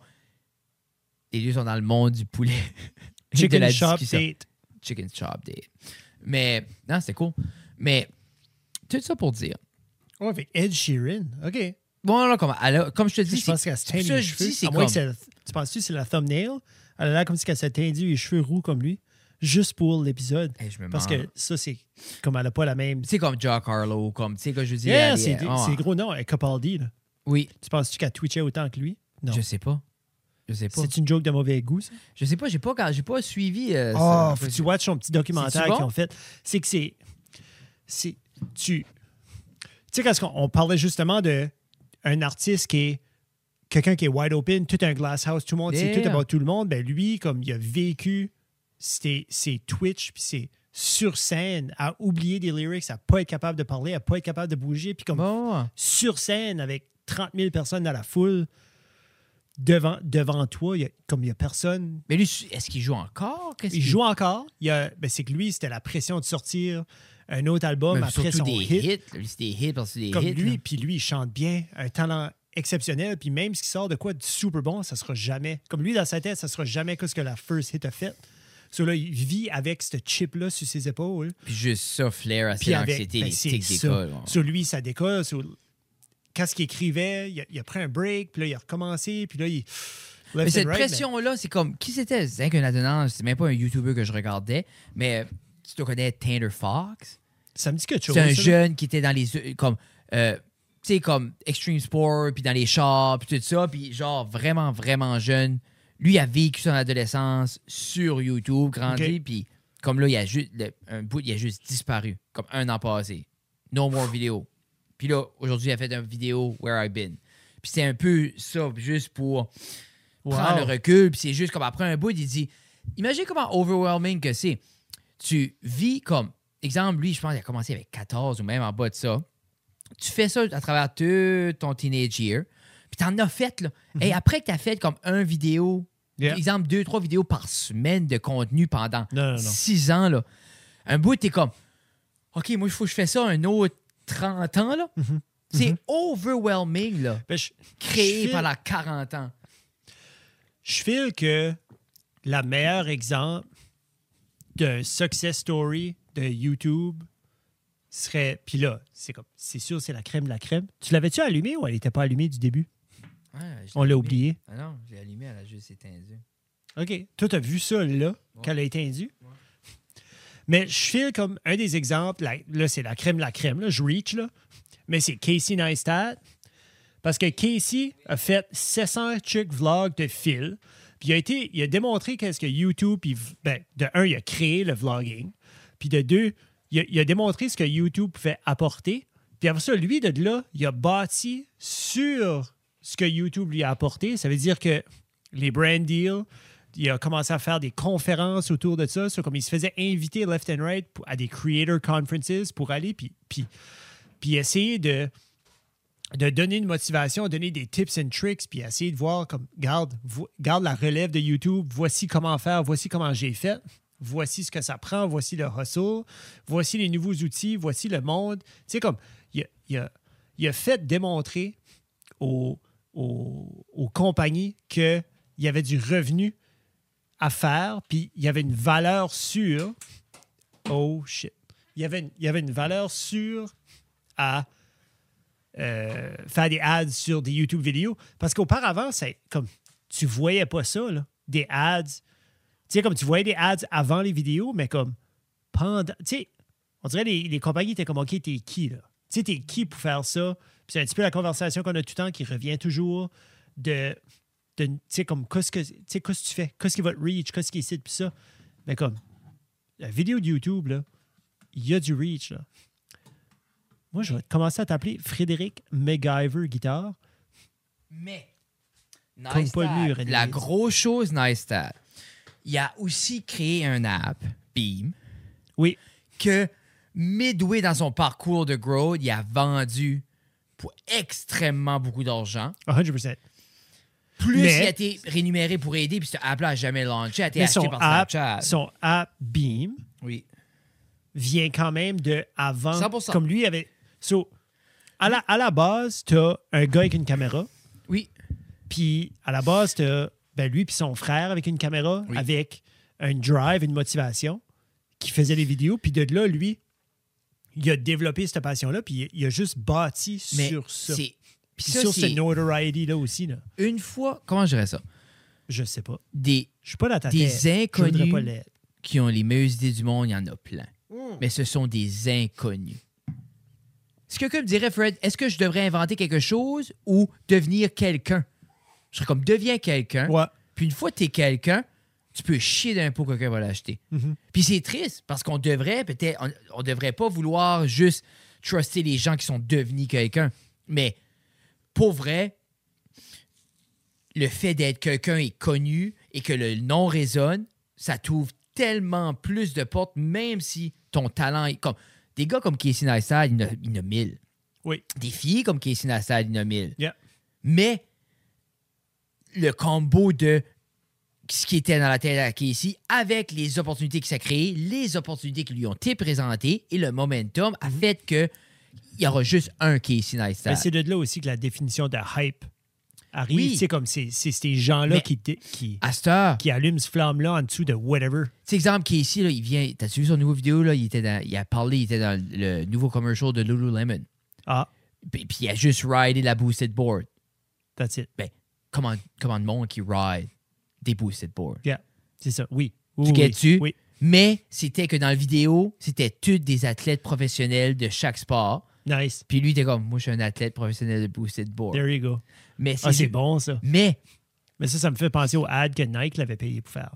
Speaker 3: les deux sont dans le monde du poulet. [laughs] et de
Speaker 4: Chicken
Speaker 3: la
Speaker 4: Shop
Speaker 3: discussion.
Speaker 4: Date.
Speaker 3: Chicken Shop Date. Mais, non, c'est cool. Mais, tout ça pour dire.
Speaker 4: Oh, avec Ed Sheeran. OK.
Speaker 3: Bon, là, comme, elle a- comme je te dis,
Speaker 4: Je pense qu'elle se
Speaker 3: c'est
Speaker 4: teint
Speaker 3: pour ça
Speaker 4: les
Speaker 3: que je
Speaker 4: cheveux. Ah
Speaker 3: dis, c'est
Speaker 4: À moins
Speaker 3: comme,
Speaker 4: que c'est- tu penses-tu que c'est la thumbnail? Elle a l'air comme si elle s'est tendue les cheveux roux comme lui, juste pour l'épisode.
Speaker 3: Hey, je me
Speaker 4: Parce
Speaker 3: demande.
Speaker 4: que ça, c'est comme elle n'a pas la même.
Speaker 3: c'est comme Jack Harlow, comme, tu sais, que je dis. elle
Speaker 4: Yeah,
Speaker 3: est-
Speaker 4: c'est des-
Speaker 3: oh,
Speaker 4: c'est gros nom. Et Capaldi, là.
Speaker 3: Oui,
Speaker 4: tu penses-tu qu'elle twitchait autant que lui? Non.
Speaker 3: je sais pas. Je sais pas.
Speaker 4: C'est une joke de mauvais goût, ça?
Speaker 3: Je sais pas, j'ai pas, j'ai pas suivi. euh,
Speaker 4: Oh,
Speaker 3: ça.
Speaker 4: faut que tu watches son petit documentaire
Speaker 3: C'est-tu bon?
Speaker 4: qu'ils ont fait. C'est que c'est. c'est- Tu. Tu sais, quand on, on parlait justement de un artiste qui est. Quelqu'un qui est wide open, tout un glass house, tout le monde, c'est
Speaker 3: Yeah.
Speaker 4: tout about tout le monde. Ben lui, comme il a vécu ses, ses Twitch puis ses, sur scène à oublier des lyrics, à pas être capable de parler, à pas être capable de bouger, puis comme
Speaker 3: Bon, ouais.
Speaker 4: sur scène avec 30 000 personnes dans la foule, devant, devant toi, il y a- comme il y a personne
Speaker 3: Mais lui, est-ce qu'il joue encore? Qu'est-ce
Speaker 4: il
Speaker 3: qu'il-
Speaker 4: joue encore. Il y a- ben, c'est que lui, c'était la pression de sortir un autre album
Speaker 3: Même
Speaker 4: après son
Speaker 3: surtout des
Speaker 4: hit.
Speaker 3: hits. là. Lui, c'est des hits parce que c'est des
Speaker 4: comme
Speaker 3: hits.
Speaker 4: lui,
Speaker 3: là.
Speaker 4: puis lui, il chante bien, un talent exceptionnel. Puis même s'il sort de quoi de super bon, ça sera jamais. Comme lui, dans sa tête, ça sera jamais que ce que la first hit a fait. So, là, il vit avec ce chip-là sur ses épaules.
Speaker 3: Puis juste ça, Flair, assez
Speaker 4: Puis avec.
Speaker 3: l'anxiété,
Speaker 4: ben,
Speaker 3: les
Speaker 4: c'est
Speaker 3: tics
Speaker 4: ça.
Speaker 3: d'école. ouais.
Speaker 4: Sur lui, ça décolle. Sur- Quand ce qu'il écrivait, il a, il a pris un break, puis là, il a recommencé, puis là, il.
Speaker 3: Mais
Speaker 4: left
Speaker 3: cette
Speaker 4: and right, ben,
Speaker 3: pression-là, c'est comme. Qui c'était? C'est un adonnant, c'est même pas un YouTuber que je regardais, mais tu te connais Tanner Fox?
Speaker 4: mais ça me dit quelque chose.
Speaker 3: C'est un
Speaker 4: ça, là.
Speaker 3: jeune qui était dans les. euh, comme. euh, tu sais, comme Extreme Sport, puis dans les chars, puis tout ça, puis genre vraiment, vraiment jeune. Lui, il a vécu son adolescence sur YouTube, grandi,
Speaker 4: Ok.
Speaker 3: puis comme là, il a juste. le- un bout, il a juste disparu, comme un an passé. No more vidéo. Puis là, aujourd'hui, il a fait une vidéo Where I've Been. Puis c'est un peu ça, juste pour prendre
Speaker 4: Wow.
Speaker 3: le recul, puis c'est juste comme après un bout, il dit Imagine comment overwhelming que c'est. Tu vis comme, exemple, lui, je pense qu'il a commencé avec 14 ou même en bas de ça. Tu fais ça à travers tout ton teenage year, puis t'en as fait, là. Et après que t'as fait comme un vidéo,
Speaker 4: Mhm. Yeah.
Speaker 3: exemple, deux, trois vidéos par semaine de contenu pendant
Speaker 4: Non, non, non.
Speaker 3: six ans, là. Un bout, t'es comme, OK, moi, il faut que je fais ça un autre 30 ans, là.
Speaker 4: Mhm.
Speaker 3: C'est overwhelming, là.
Speaker 4: Ben, je- je
Speaker 3: Créé
Speaker 4: file-
Speaker 3: pendant 40 ans.
Speaker 4: je file que la meilleure exemple de success story de YouTube serait. Puis là, c'est comme, c'est sûr, c'est la crème de la crème. Tu l'avais-tu allumée ou elle n'était pas allumée du début?
Speaker 3: Ouais, je l'ai
Speaker 4: On l'a
Speaker 3: allumé.
Speaker 4: oublié.
Speaker 3: Ah non, j'ai allumé, elle a juste éteindue.
Speaker 4: OK. Toi, t'as vu ça, là, qu'elle a étendu? Mais je file comme un des exemples, là, là, c'est la crème, de la crème, là, je reach, là. Mais c'est Casey Neistat. Parce que Casey a fait 700 trucs vlogs de fil. Puis il a, été, il a démontré qu'est-ce que YouTube, puis ben, de un, il a créé le vlogging. Puis de deux, il a, il a démontré ce que YouTube pouvait apporter. Puis après ça, lui, de là, il a bâti sur ce que YouTube lui a apporté. Ça veut dire que les brand deals, il a commencé à faire des conférences autour de ça. So, comme il se faisait inviter left and right pour- à des creator conferences pour aller, puis, puis, puis essayer de de donner une motivation, donner des tips and tricks, puis essayer de voir comme garde, vo- garde la relève de YouTube, voici comment faire, voici comment j'ai fait, voici ce que ça prend, voici le hustle, voici les nouveaux outils, voici le monde. Tu sais, comme il a, il a- il a fait démontrer aux, aux, aux compagnies qu'il y avait du revenu à faire, puis il y avait une valeur sûre. Oh shit. Il y avait une, il y avait une valeur sûre à euh, faire des ads sur des YouTube vidéos. Parce qu'auparavant, c'est comme tu voyais pas ça, là, des ads. Tu sais, comme tu voyais des ads avant les vidéos, mais comme pendant. Tu sais, on dirait les, les compagnies étaient comme OK, t'es qui, là? Tu sais, t'es qui pour faire ça? Puis c'est un petit peu la conversation qu'on a tout le temps qui revient toujours de. de tu sais, comme qu'est-ce que tu sais, qu'est-ce que tu fais? Qu'est-ce qui va te reach? Qu'est-ce qui est ici? Puis ça. Mais comme la vidéo de YouTube, là, il y a du reach, là. Moi, je vais commencer à t'appeler Frédéric MacGyver Guitare.
Speaker 3: Mais,
Speaker 4: Comme pas le mur,
Speaker 3: Neistat, la
Speaker 4: Annelise.
Speaker 3: grosse chose, Neistat, il a aussi créé un app, Beam,
Speaker 4: Oui.
Speaker 3: que midway dans son parcours de growth, il a vendu pour extrêmement beaucoup d'argent.
Speaker 4: 100%.
Speaker 3: Plus
Speaker 4: Mais-
Speaker 3: il a été rémunéré pour aider, puis cette app-là n'a jamais lancé, elle a été
Speaker 4: Mais
Speaker 3: achetée
Speaker 4: son
Speaker 3: par
Speaker 4: app,
Speaker 3: Snapchat.
Speaker 4: son app Beam
Speaker 3: Oui.
Speaker 4: vient quand même de avant.
Speaker 3: 100%.
Speaker 4: Comme lui avait. So, à la, à la base, t'as un gars avec une caméra.
Speaker 3: Oui.
Speaker 4: Puis à la base, t'as ben, lui puis son frère avec une caméra,
Speaker 3: Oui.
Speaker 4: avec un drive, une motivation, qui faisait les vidéos. Puis de là, lui, il a développé cette passion-là. Puis il a juste bâti
Speaker 3: Mais
Speaker 4: sur ça.
Speaker 3: c'est... Puis
Speaker 4: Puis
Speaker 3: ça,
Speaker 4: sur cette
Speaker 3: c'est
Speaker 4: notoriety-là aussi. Là.
Speaker 3: une fois... Comment je dirais ça?
Speaker 4: Je sais pas.
Speaker 3: Des
Speaker 4: Je suis pas dans ta
Speaker 3: Des
Speaker 4: tête. Je voudrais
Speaker 3: inconnus.
Speaker 4: pas l'être.
Speaker 3: qui ont les meilleures idées du monde, il y en a plein. Mais ce sont des inconnus. Est-ce que quelqu'un me dirait, Fred, est-ce que je devrais inventer quelque chose ou devenir quelqu'un? Je serais comme, deviens quelqu'un.
Speaker 4: Ouais.
Speaker 3: Puis une fois que tu es quelqu'un, tu peux chier d'un pot que quelqu'un va l'acheter. Puis c'est triste parce qu'on devrait peut-être, on, on devrait pas vouloir juste truster les gens qui sont devenus quelqu'un. Mais pour vrai, le fait d'être quelqu'un est connu et que le nom résonne, ça t'ouvre tellement plus de portes, même si ton talent est comme. Des gars comme Casey Neistat, il en a, il en a mille.
Speaker 4: Oui.
Speaker 3: Des filles comme Casey Neistat, il en a mille.
Speaker 4: Yeah.
Speaker 3: Mais le combo de ce qui était dans la tête à Casey avec les opportunités que ça crée, les opportunités qui lui ont été présentées et le momentum a fait que il y aura juste un Casey Neistat.
Speaker 4: Mm-hmm. Mais c'est de là aussi que la définition de hype arrive.
Speaker 3: Bah. Oui.
Speaker 4: Tu sais, comme c'est c'est ces gens-là
Speaker 3: Mais-
Speaker 4: qui, dé- qui,
Speaker 3: À cette heure,
Speaker 4: qui allument ce flamme-là en dessous de whatever.
Speaker 3: Tu sais, exemple, Casey, là, il vient. T'as-tu vu son nouveau vidéo? Là? Il, était dans- il a parlé, il était dans le nouveau commercial de Lululemon.
Speaker 4: Ah,
Speaker 3: Puis, puis il a juste ridé la boosted board.
Speaker 4: that's it.
Speaker 3: Ben, comment, comment le monde qui ride des boosted boards?
Speaker 4: Yeah. C'est ça. Oui.
Speaker 3: Tu
Speaker 4: Oui,
Speaker 3: gagnes-tu?
Speaker 4: Oui.
Speaker 3: Mais c'était que dans la vidéo, c'était tous des athlètes professionnels de chaque sport.
Speaker 4: Nice.
Speaker 3: Puis lui, il était comme, moi, je suis un athlète professionnel de boosted board.
Speaker 4: There you go.
Speaker 3: Mais
Speaker 4: Ah, c'est bon, ça.
Speaker 3: Mais
Speaker 4: Mais ça, ça me fait penser aux ads que Nike l'avait payé pour faire.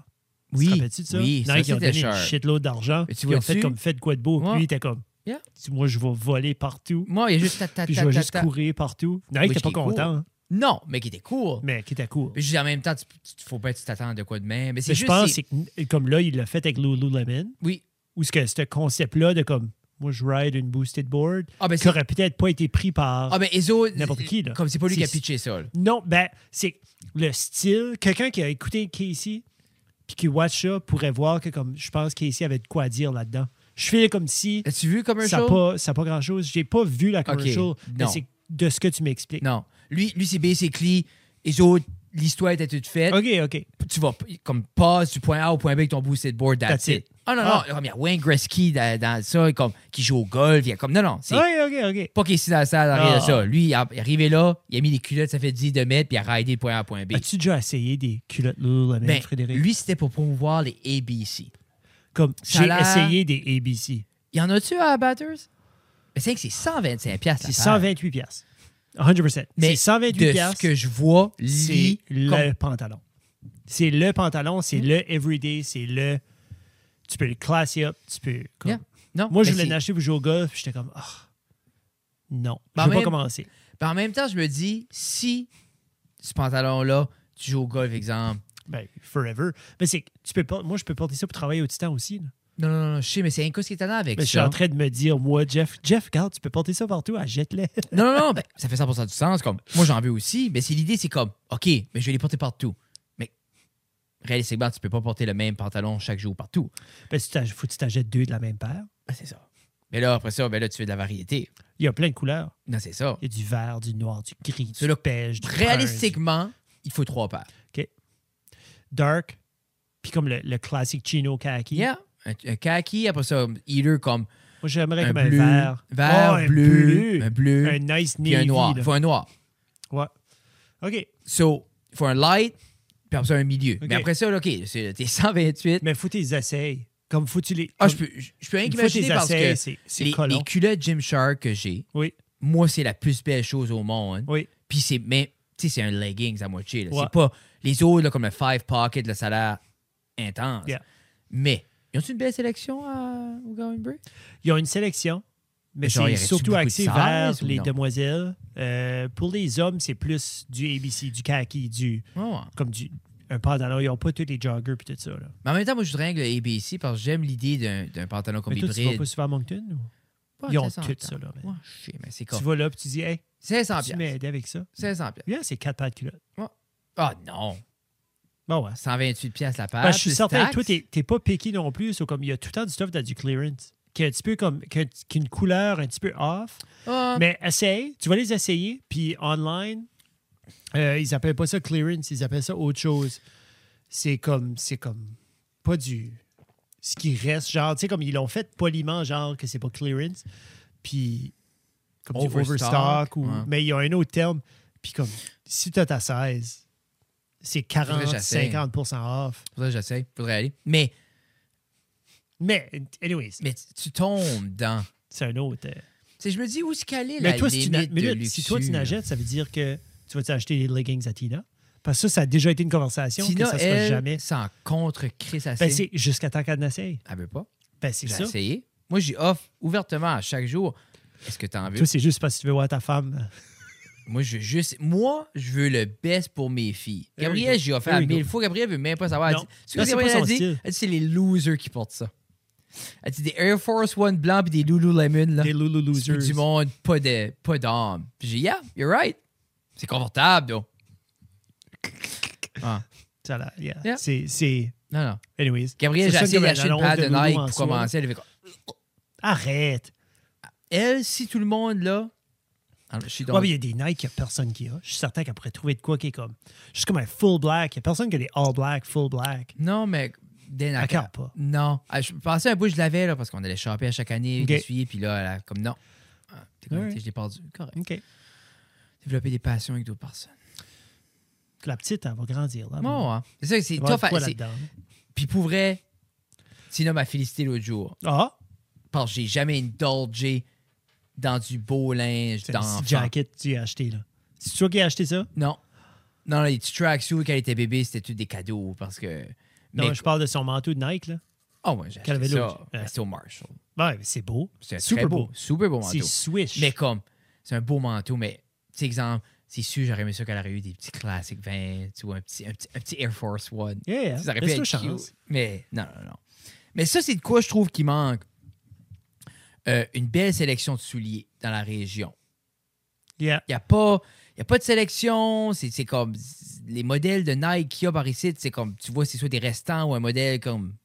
Speaker 4: Tu te
Speaker 3: Oui.
Speaker 4: rappelles-tu de ça?
Speaker 3: Oui, ça,
Speaker 4: Nike, ils ont
Speaker 3: c'était
Speaker 4: donné une
Speaker 3: cher.
Speaker 4: shitload d'argent.
Speaker 3: Et tu
Speaker 4: Ils ont
Speaker 3: vois-tu?
Speaker 4: fait comme, faites quoi de beau. Puis
Speaker 3: Ouais.
Speaker 4: Lui, il était comme,
Speaker 3: Yeah.
Speaker 4: Tu- moi, je vais voler partout.
Speaker 3: moi, il y a juste ta ta
Speaker 4: Puis
Speaker 3: ta
Speaker 4: je vais
Speaker 3: ta,
Speaker 4: juste
Speaker 3: ta.
Speaker 4: courir partout. Nike,
Speaker 3: Oui,
Speaker 4: t'es pas
Speaker 3: qui court.
Speaker 4: content, hein,
Speaker 3: Non, mais qui était court.
Speaker 4: mais qui était court.
Speaker 3: Puis je dis en même temps, tu, tu- faut pas que tu t'attends de quoi de même. Mais c'est
Speaker 4: Mais je
Speaker 3: juste,
Speaker 4: pense
Speaker 3: c'est-
Speaker 4: c'est que, comme là, il l'a fait avec Lululemon,
Speaker 3: Oui,
Speaker 4: où ce que ce concept-là de comme, moi, je ride une boosted board,
Speaker 3: Ah, ben,
Speaker 4: qui
Speaker 3: c'est-
Speaker 4: aurait peut-être pas été pris par.
Speaker 3: Ah, ben Ezo,
Speaker 4: N'importe qui, là.
Speaker 3: Comme c'est pas lui qui a
Speaker 4: C'est-
Speaker 3: pitché ça. là.
Speaker 4: Non, ben, c'est le style. Quelqu'un qui a écouté Casey puis qui watch ça pourrait voir que, comme, je pense que Casey avait de quoi dire là-dedans. Je fais comme si
Speaker 3: As-tu vu
Speaker 4: ça n'a
Speaker 3: Commercial?
Speaker 4: pas, ça a pas grand-chose. J'ai pas vu la commercial, mais
Speaker 3: non.
Speaker 4: c'est de ce que tu m'expliques.
Speaker 3: Non. Lui, lui c'est basically, Ezo, l'histoire était toute faite.
Speaker 4: OK, OK.
Speaker 3: Tu vas, comme, passe du point A au point B avec ton boosted board, that's,
Speaker 4: That's
Speaker 3: it.
Speaker 4: it.
Speaker 3: Ah, non,
Speaker 4: Ah.
Speaker 3: non. Comme il y a Wayne Gretzky dans, dans ça, comme, qui joue au golf. Il y a comme, non, non. C'est
Speaker 4: OK, OK, OK.
Speaker 3: pas qu'il est ici dans la salle, dans rien de
Speaker 4: Ah.
Speaker 3: ça. Lui, il est arrivé là, il a mis les culottes, ça fait 10 de mètres, puis il a raidé de point A à point B.
Speaker 4: As-tu déjà essayé des culottes Lululemon,
Speaker 3: Ben,
Speaker 4: Frédéric?
Speaker 3: lui, c'était pour promouvoir les ABC.
Speaker 4: comme,
Speaker 3: ça a
Speaker 4: j'ai
Speaker 3: l'air-
Speaker 4: essayé des ABC.
Speaker 3: Il y en a-tu à Batters? Mais c'est que c'est 125 piastres.
Speaker 4: C'est
Speaker 3: l'affaire.
Speaker 4: 128 piastres. 100%.
Speaker 3: Mais
Speaker 4: C'est 128
Speaker 3: de
Speaker 4: piastres.
Speaker 3: ce que je vois,
Speaker 4: c'est
Speaker 3: lui,
Speaker 4: le pantalon. C'est le pantalon, c'est le everyday, c'est le. Tu peux le classer up, tu peux. comme-
Speaker 3: Yeah. Non,
Speaker 4: Moi, je
Speaker 3: mais
Speaker 4: voulais
Speaker 3: c'est-
Speaker 4: l'acheter pour jouer au golf, puis j'étais comme, ah, non,
Speaker 3: Ben,
Speaker 4: je vais
Speaker 3: même-
Speaker 4: pas commencer.
Speaker 3: Ben, en même temps, je me dis, si ce pantalon-là, tu joues au golf, exemple.
Speaker 4: Ben, forever. Mais c'est que tu peux pas. Moi, je peux porter ça pour travailler au Titan aussi. là.
Speaker 3: Non, non, non, non, je sais, mais c'est un coup ce qui est étonnant avec
Speaker 4: Mais je suis
Speaker 3: ça.
Speaker 4: en train de me dire, moi, Jeff, Jeff, regarde, tu peux porter ça partout, achète-le.
Speaker 3: Non, non, non, ben, ça fait 100% du sens. Comme, moi, j'en veux aussi, mais c'est l'idée, c'est comme, OK, mais je vais les porter partout. Mais réalistiquement, tu peux pas porter le même pantalon chaque jour partout.
Speaker 4: ben, si tu t'ach- faut que tu t'achètes deux de la même paire.
Speaker 3: Ben, c'est ça. Mais là, après ça, ben là, tu fais de la variété.
Speaker 4: Il y a plein de couleurs.
Speaker 3: Non, c'est ça.
Speaker 4: Il y a du vert, du noir, du gris,
Speaker 3: C'est
Speaker 4: du
Speaker 3: le
Speaker 4: beige, du brun, du-
Speaker 3: Réalistiquement, il faut trois paires.
Speaker 4: dark, puis comme le, le classique chino khaki.
Speaker 3: Yeah. Un, un khaki, après ça, either comme
Speaker 4: Moi, j'aimerais
Speaker 3: un
Speaker 4: comme un
Speaker 3: bleu,
Speaker 4: vert.
Speaker 3: vert,
Speaker 4: Oh, un
Speaker 3: bleu, un bleu,
Speaker 4: Un nice
Speaker 3: puis
Speaker 4: navy.
Speaker 3: un noir.
Speaker 4: là.
Speaker 3: Il faut un noir.
Speaker 4: Ouais. OK.
Speaker 3: So, il faut un light, puis après ça, un milieu.
Speaker 4: Ok.
Speaker 3: Mais après ça, là, OK, c'est- t'es 128.
Speaker 4: Mais faut tes essais. Comme faut tu les.
Speaker 3: Ah,
Speaker 4: comme-
Speaker 3: je peux, je je peux rien
Speaker 4: une fois
Speaker 3: qu'imaginer
Speaker 4: tes
Speaker 3: parce
Speaker 4: essais,
Speaker 3: que
Speaker 4: c'est- c'est
Speaker 3: les,
Speaker 4: collant.
Speaker 3: les culottes Gymshark que j'ai,
Speaker 4: Oui,
Speaker 3: moi, c'est la plus belle chose au monde.
Speaker 4: oui.
Speaker 3: Puis c'est, mais, tu sais, c'est un leggings à moitié. là.
Speaker 4: Ouais.
Speaker 3: C'est pas les autres, là, comme le five pocket, le salaire intense.
Speaker 4: Yeah.
Speaker 3: Mais, ils ont une belle sélection à, au Going Break?
Speaker 4: Ils ont une sélection, mais
Speaker 3: Genre, y
Speaker 4: c'est
Speaker 3: aurait-tu
Speaker 4: surtout
Speaker 3: beaucoup de
Speaker 4: axé
Speaker 3: size
Speaker 4: vers
Speaker 3: ou
Speaker 4: les
Speaker 3: non?
Speaker 4: demoiselles. Euh, pour les hommes, c'est plus du ABC, du khaki, du.
Speaker 3: Ouais, ouais.
Speaker 4: Comme du. Un pantalon. Ils n'ont pas tous les joggers puis tout ça. Là.
Speaker 3: Mais en même temps, moi, je voudrais que le ABC parce que j'aime l'idée d'un, d'un pantalon comme
Speaker 4: Mais toi, tu vas
Speaker 3: hybride.
Speaker 4: pas souvent à Moncton ou?
Speaker 3: Pas
Speaker 4: ils ont
Speaker 3: 1600
Speaker 4: tout
Speaker 3: temps.
Speaker 4: ça, là, mais-
Speaker 3: Ouais, je sais, mais c'est
Speaker 4: Tu
Speaker 3: comme
Speaker 4: vas là puis tu dis, hey,
Speaker 3: 500
Speaker 4: tu
Speaker 3: piastres.
Speaker 4: m'aider avec ça.
Speaker 3: 500 piastres.
Speaker 4: Yeah, c'est quatre paires de culottes.
Speaker 3: Ah non,
Speaker 4: Bon, ouais.
Speaker 3: 128 pièces la paire.
Speaker 4: Parce que Ben, je suis
Speaker 3: plus
Speaker 4: certain que
Speaker 3: Ah, taxe.
Speaker 4: toi, t'es t'es pas piqué non plus. so comme il y a tout le temps du stuff dans du clearance. Qui est un petit peu comme. qui a- qui a une couleur un petit peu off.
Speaker 3: Ah,
Speaker 4: Mais essaye. Tu vas les essayer. Puis online, euh, ils appellent pas ça clearance. Ils appellent ça autre chose. C'est comme. C'est comme. Pas du. Ce qui reste. Genre, tu sais, comme ils l'ont fait poliment, genre que c'est pas clearance. Puis. Comme du
Speaker 3: Overstock,
Speaker 4: overstock. Ou,
Speaker 3: ouais.
Speaker 4: Mais il y a un autre terme. Puis comme. Si tu as ta 16, c'est
Speaker 3: que
Speaker 4: 40,
Speaker 3: j'essaye.
Speaker 4: 50 off.
Speaker 3: Faudrait que j'essaye, faudrait aller. Mais,
Speaker 4: Mais, anyways,
Speaker 3: mais tu- tu tombes dans. Tu
Speaker 4: c'est un autre. euh,
Speaker 3: sais, je me dis où se caler la
Speaker 4: Mais toi, si tu, na-
Speaker 3: limite
Speaker 4: mais
Speaker 3: de
Speaker 4: là, si toi, tu
Speaker 3: luxure.
Speaker 4: nagettes, ça veut dire que tu vas t'acheter des leggings à Tina. Parce que ça, ça a déjà été une conversation
Speaker 3: Tina,
Speaker 4: que ça se passe
Speaker 3: elle,
Speaker 4: jamais.
Speaker 3: sans contre Chris
Speaker 4: Ben,
Speaker 3: assez.
Speaker 4: c'est jusqu'à temps qu'elle n'essaye.
Speaker 3: Elle veut pas.
Speaker 4: Ben, c'est
Speaker 3: J'ai
Speaker 4: ça.
Speaker 3: essayé. Moi, j'y offre ouvertement à chaque jour. Est-ce que t'en veux?
Speaker 4: Toi, c'est juste parce que tu veux voir ta femme. [laughs]
Speaker 3: Moi, je veux juste. Moi, je veux le best pour mes filles.
Speaker 4: There
Speaker 3: Gabriel,
Speaker 4: you go.
Speaker 3: j'ai offert
Speaker 4: There you
Speaker 3: mille
Speaker 4: go.
Speaker 3: fois. Gabriel veut même pas savoir. Elle
Speaker 4: Non.
Speaker 3: dit-
Speaker 4: Non,
Speaker 3: ce
Speaker 4: c'est
Speaker 3: que
Speaker 4: pas
Speaker 3: Gabriel
Speaker 4: son
Speaker 3: a dit,
Speaker 4: style.
Speaker 3: elle dit, c'est les losers qui portent ça. Elle dit des Air Force One blancs puis des Lululemon. Là.
Speaker 4: Des Lulu
Speaker 3: C'est
Speaker 4: Losers.
Speaker 3: du monde, pas de- pas d'âme. Puis j'ai dit, yeah, you're right. C'est confortable, donc. Ah,
Speaker 4: Ça, là, yeah.
Speaker 3: Yeah.
Speaker 4: C'est- C'est.
Speaker 3: non, non.
Speaker 4: Anyways.
Speaker 3: Gabriel, j'ai
Speaker 4: Ça sonne
Speaker 3: essayé
Speaker 4: comme
Speaker 3: d'acheter une
Speaker 4: ben, l'annonce
Speaker 3: paire de
Speaker 4: Lulu
Speaker 3: Nike
Speaker 4: en
Speaker 3: pour
Speaker 4: soi, là.
Speaker 3: commencer. Elle, fait comme,
Speaker 4: Arrête.
Speaker 3: elle, si tout le monde, là. Alors, je suis dans
Speaker 4: Ouais, mais il y a des Nike qu'il n'y a personne qui a. Je suis certain qu'elle pourrait trouver de quoi qui est comme. Juste comme un full black. Il n'y a personne qui a des all black, full black.
Speaker 3: Non, mais. des
Speaker 4: D'accord, pas.
Speaker 3: Non. Ah, je pensais un peu, je l'avais, là, parce qu'on allait choper à chaque année,
Speaker 4: Ok.
Speaker 3: okay. puis là, elle a comme non. Ah, t'es correct,
Speaker 4: Alright.
Speaker 3: Je l'ai perdu. Correct.
Speaker 4: OK.
Speaker 3: Développer des passions avec d'autres personnes.
Speaker 4: La petite, elle va grandir. Là,
Speaker 3: Bon, hein. C'est ça, que c'est
Speaker 4: Elle Ah va avoir
Speaker 3: tough.
Speaker 4: de quoi
Speaker 3: à- c'est-
Speaker 4: là-dedans.
Speaker 3: Puis pour vrai, Tina m'a félicité l'autre jour.
Speaker 4: Ah,
Speaker 3: Parce que j'ai jamais indulgé dans du beau linge
Speaker 4: c'est un
Speaker 3: d'enfant.
Speaker 4: petit jacket que tu as acheté, là. C'est toi qui as acheté ça?
Speaker 3: Non. Non, les petits tracksuits quand elle était bébé, c'était tout des cadeaux parce que.
Speaker 4: Non,
Speaker 3: mais...
Speaker 4: je parle de son manteau de Nike, là.
Speaker 3: Oh, ouais, j'ai
Speaker 4: Qu'elle
Speaker 3: acheté
Speaker 4: avait
Speaker 3: ça.
Speaker 4: l'autre. Ouais.
Speaker 3: C'était au Marshall.
Speaker 4: Ouais, mais c'est beau.
Speaker 3: C'est
Speaker 4: Super
Speaker 3: super beau.
Speaker 4: beau.
Speaker 3: Super beau
Speaker 4: C'est
Speaker 3: manteau.
Speaker 4: swish.
Speaker 3: Mais comme, c'est un beau manteau, mais, tu sais, exemple, c'est sûr, j'aurais aimé ça qu'elle aurait eu des petits classiques 20, tu vois, un petit, un petit, un petit Air Force One.
Speaker 4: yeah,
Speaker 3: Ça aurait pu
Speaker 4: laisse-toi
Speaker 3: être
Speaker 4: chance.
Speaker 3: cute, Mais non, non, non. Mais ça, c'est de quoi je trouve qu'il manque. Euh, une belle sélection de souliers dans la région.
Speaker 4: Yeah.
Speaker 3: Il n'y a, pas- y a pas de sélection. C'est c'est comme les modèles de Nike qu'il y a par ici. C'est comme, tu vois, c'est soit des restants ou un modèle comme.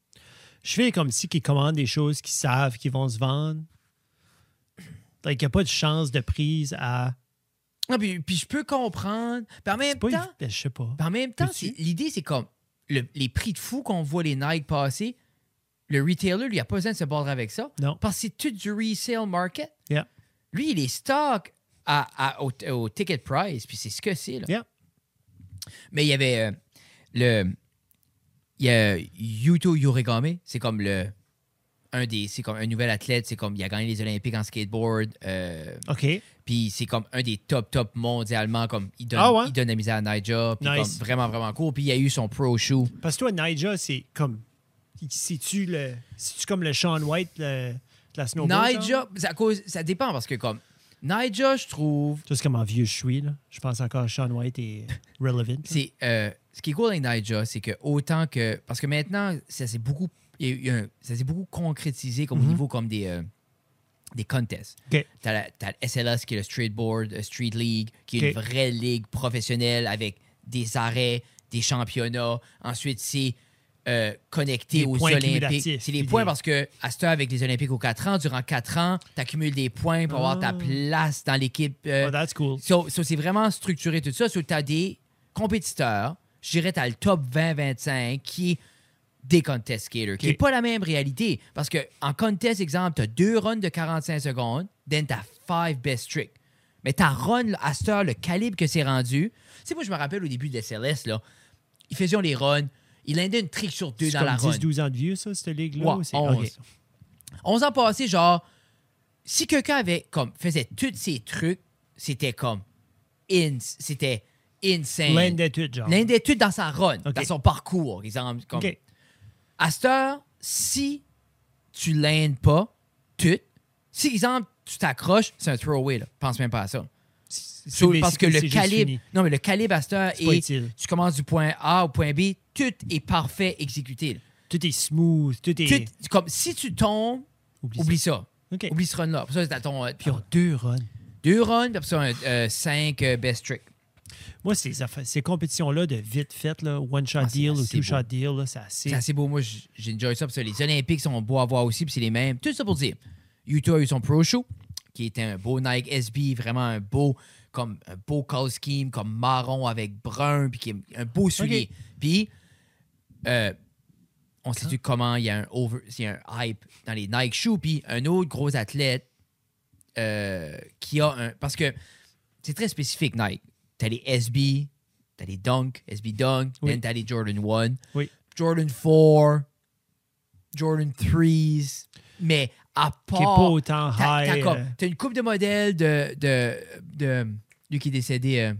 Speaker 4: Je fais comme si qu'ils commandent des choses qu'ils savent qu'ils vont se vendre. Like, il n'y a pas de chance de prise à.
Speaker 3: Ah, puis, puis je peux comprendre. Puis en même
Speaker 4: C'est pas
Speaker 3: temps,
Speaker 4: évi- ben, Je sais pas.
Speaker 3: Puis en même temps,
Speaker 4: Peux-tu?
Speaker 3: c'est- l'idée, c'est comme le- les prix de fou qu'on voit les Nike passer, le retailer, lui, il a pas besoin de se battre avec ça.
Speaker 4: Non.
Speaker 3: Parce que c'est tout du resale market.
Speaker 4: Yeah.
Speaker 3: Lui, il est stock à, à- au, au ticket price, puis c'est ce que c'est. là.
Speaker 4: Yeah.
Speaker 3: Mais il y avait euh, le. Il y a Yuto Yorigame, c'est comme le. Un des. C'est comme un nouvel athlète, c'est comme il a gagné les Olympiques en skateboard. euh,
Speaker 4: OK.
Speaker 3: puis c'est comme un des top, top mondialement. Comme il donne,
Speaker 4: Ah ouais?
Speaker 3: il donne la misère à Nigel. Puis
Speaker 4: Nice.
Speaker 3: comme vraiment, vraiment cool. Puis il y a eu son pro shoe.
Speaker 4: Parce que toi, Nigel, c'est comme. C'est-tu le. C'est-tu comme le Sean White le- de la snowboard? genre?
Speaker 3: Nigel, ça, cause, ça dépend parce que comme Nigel, je trouve,
Speaker 4: Tu sais comment vieux je suis, là. Je pense encore à Sean
Speaker 3: [laughs]
Speaker 4: White et Relevant.
Speaker 3: c'est euh, ce qui est cool avec Nigel, c'est que autant que. Parce que maintenant, ça s'est beaucoup, il y a eu un- ça s'est beaucoup concrétisé comme
Speaker 4: Mhm.
Speaker 3: au niveau comme des, euh, des contests.
Speaker 4: OK.
Speaker 3: T'as la- t'as le SLS qui est le Street Board, euh, Street League, qui est
Speaker 4: OK.
Speaker 3: une vraie ligue professionnelle avec des arrêts, des championnats. Ensuite, c'est euh, connecté
Speaker 4: Des
Speaker 3: aux
Speaker 4: points
Speaker 3: Olympiques.
Speaker 4: cumulatifs,
Speaker 3: C'est les
Speaker 4: puis
Speaker 3: points
Speaker 4: des-
Speaker 3: parce que à cette heure, avec les Olympiques aux 4 ans, durant 4 ans, tu accumules des points pour avoir ta
Speaker 4: Ah.
Speaker 3: place dans l'équipe. euh,
Speaker 4: Oh, that's cool.
Speaker 3: So, so c'est vraiment structuré tout ça. So, tu as des compétiteurs, je dirais, tu as le top 20-25 qui est des contest skaters, qui
Speaker 4: Ok.
Speaker 3: n'est pas la même réalité. Parce que en contest, exemple, tu as deux runs de 45 secondes, then tu as five best tricks. Mais ta run, là, à cette heure, le calibre que c'est rendu, tu sais, moi, je me rappelle au début de SLS, là, ils faisaient les runs, ils endaient une trick sur deux
Speaker 4: C'est
Speaker 3: dans
Speaker 4: comme
Speaker 3: la run.
Speaker 4: 10-12 ans de vieux, ça, cette ligue-là?
Speaker 3: Ouais,
Speaker 4: ou c'est-
Speaker 3: 11.
Speaker 4: OK.
Speaker 3: 11 ans passés, genre, si quelqu'un avait, comme, faisait tous ces trucs, c'était comme, ins- c'était insane.
Speaker 4: L'Inde d'études, genre.
Speaker 3: L'indétude dans sa run,
Speaker 4: Ok.
Speaker 3: dans son parcours, exemple. Comme,
Speaker 4: OK.
Speaker 3: À cette heure, si tu l'aides pas, tout, si, exemple, tu t'accroches, c'est un throwaway, là. Pense même pas à ça.
Speaker 4: C'est-
Speaker 3: So,
Speaker 4: c'est-
Speaker 3: parce que
Speaker 4: c'est-
Speaker 3: le
Speaker 4: c'est juste
Speaker 3: calibre,
Speaker 4: fini.
Speaker 3: non, mais le calibre à cette heure
Speaker 4: C'est pas
Speaker 3: est,
Speaker 4: utile.
Speaker 3: tu commences du point A au point B, tout est parfait exécuté. là.
Speaker 4: Tout est smooth, tout est.
Speaker 3: Tout- comme, si tu tombes,
Speaker 4: Oublie ça.
Speaker 3: oublie ça.
Speaker 4: OK.
Speaker 3: Oublie ce run-là. Pour ça, t'as ton. euh,
Speaker 4: Puis ils ont deux runs.
Speaker 3: Deux runs, puis après ça, un, euh, cinq euh, best trick.
Speaker 4: Moi, ces, affaires- ces compétitions-là de vite fait, là, one shot
Speaker 3: Ah, c'est
Speaker 4: deal ou
Speaker 3: assez
Speaker 4: two
Speaker 3: beau.
Speaker 4: shot deal, là, c'est assez.
Speaker 3: C'est assez beau. Moi, j- j'ai enjoyé ça. Parce que les Olympiques sont beaux à voir aussi, puis c'est les mêmes. Tout ça pour dire, Utah a eu son pro show, qui était un beau Nike SB, vraiment un beau, comme un beau color scheme, comme marron avec brun, puis qui est un beau soulier. Puis, euh, on sait-tu comment il y a un over, il y a un hype dans les Nike shoes, puis un autre gros athlète euh, qui a un, parce que c'est très spécifique Nike. T'as les SB, t'as les Dunk, SB Dunk,
Speaker 4: Oui.
Speaker 3: then t'as les Jordan 1.
Speaker 4: Oui.
Speaker 3: Jordan 4, Jordan 3s, mais à part.
Speaker 4: Qui est pas autant
Speaker 3: t'as, t'as
Speaker 4: high,
Speaker 3: comme-
Speaker 4: euh.
Speaker 3: t'as une coupe de modèles de, de, de- Lui qui est décédé, euh,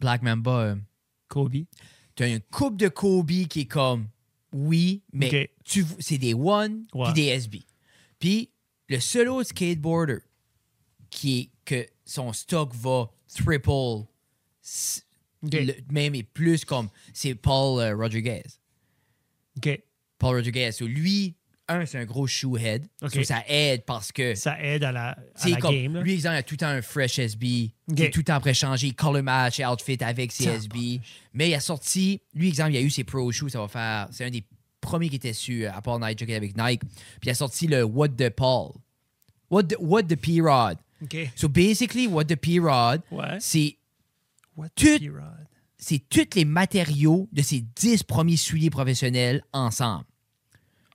Speaker 3: Black Mamba. euh,
Speaker 4: Kobe.
Speaker 3: t'as une coupe de Kobe qui est comme. Oui, mais
Speaker 4: Ok.
Speaker 3: tu, v- c'est des One
Speaker 4: Ouais.
Speaker 3: puis des SB. Puis le seul autre skateboarder qui est que son stock va triple, s-
Speaker 4: OK.
Speaker 3: le- même et plus comme c'est Paul euh, Rodriguez.
Speaker 4: OK.
Speaker 3: Paul Rodriguez. So, lui, un, c'est un gros shoehead.
Speaker 4: OK.
Speaker 3: So, ça aide parce que
Speaker 4: Ça aide à la, à
Speaker 3: c'est
Speaker 4: la
Speaker 3: comme
Speaker 4: game. là.
Speaker 3: lui, exemple, il a tout le temps un fresh SB.
Speaker 4: OK.
Speaker 3: Il est tout le temps prêt à changer. Il color match et outfit avec ses SB. Mais il a sorti, lui, exemple, il a eu ses pro shoes. Ça va faire, c'est un des premiers qui était sur, à part Night Jacket avec Nike. Puis il a sorti le What the Paul. What the, what the P-Rod.
Speaker 4: OK.
Speaker 3: So basically, What the P-Rod,
Speaker 4: Ouais.
Speaker 3: c'est
Speaker 4: What
Speaker 3: Tu-
Speaker 4: the rod.
Speaker 3: c'est tous les matériaux de ses 10 premiers souliers professionnels ensemble.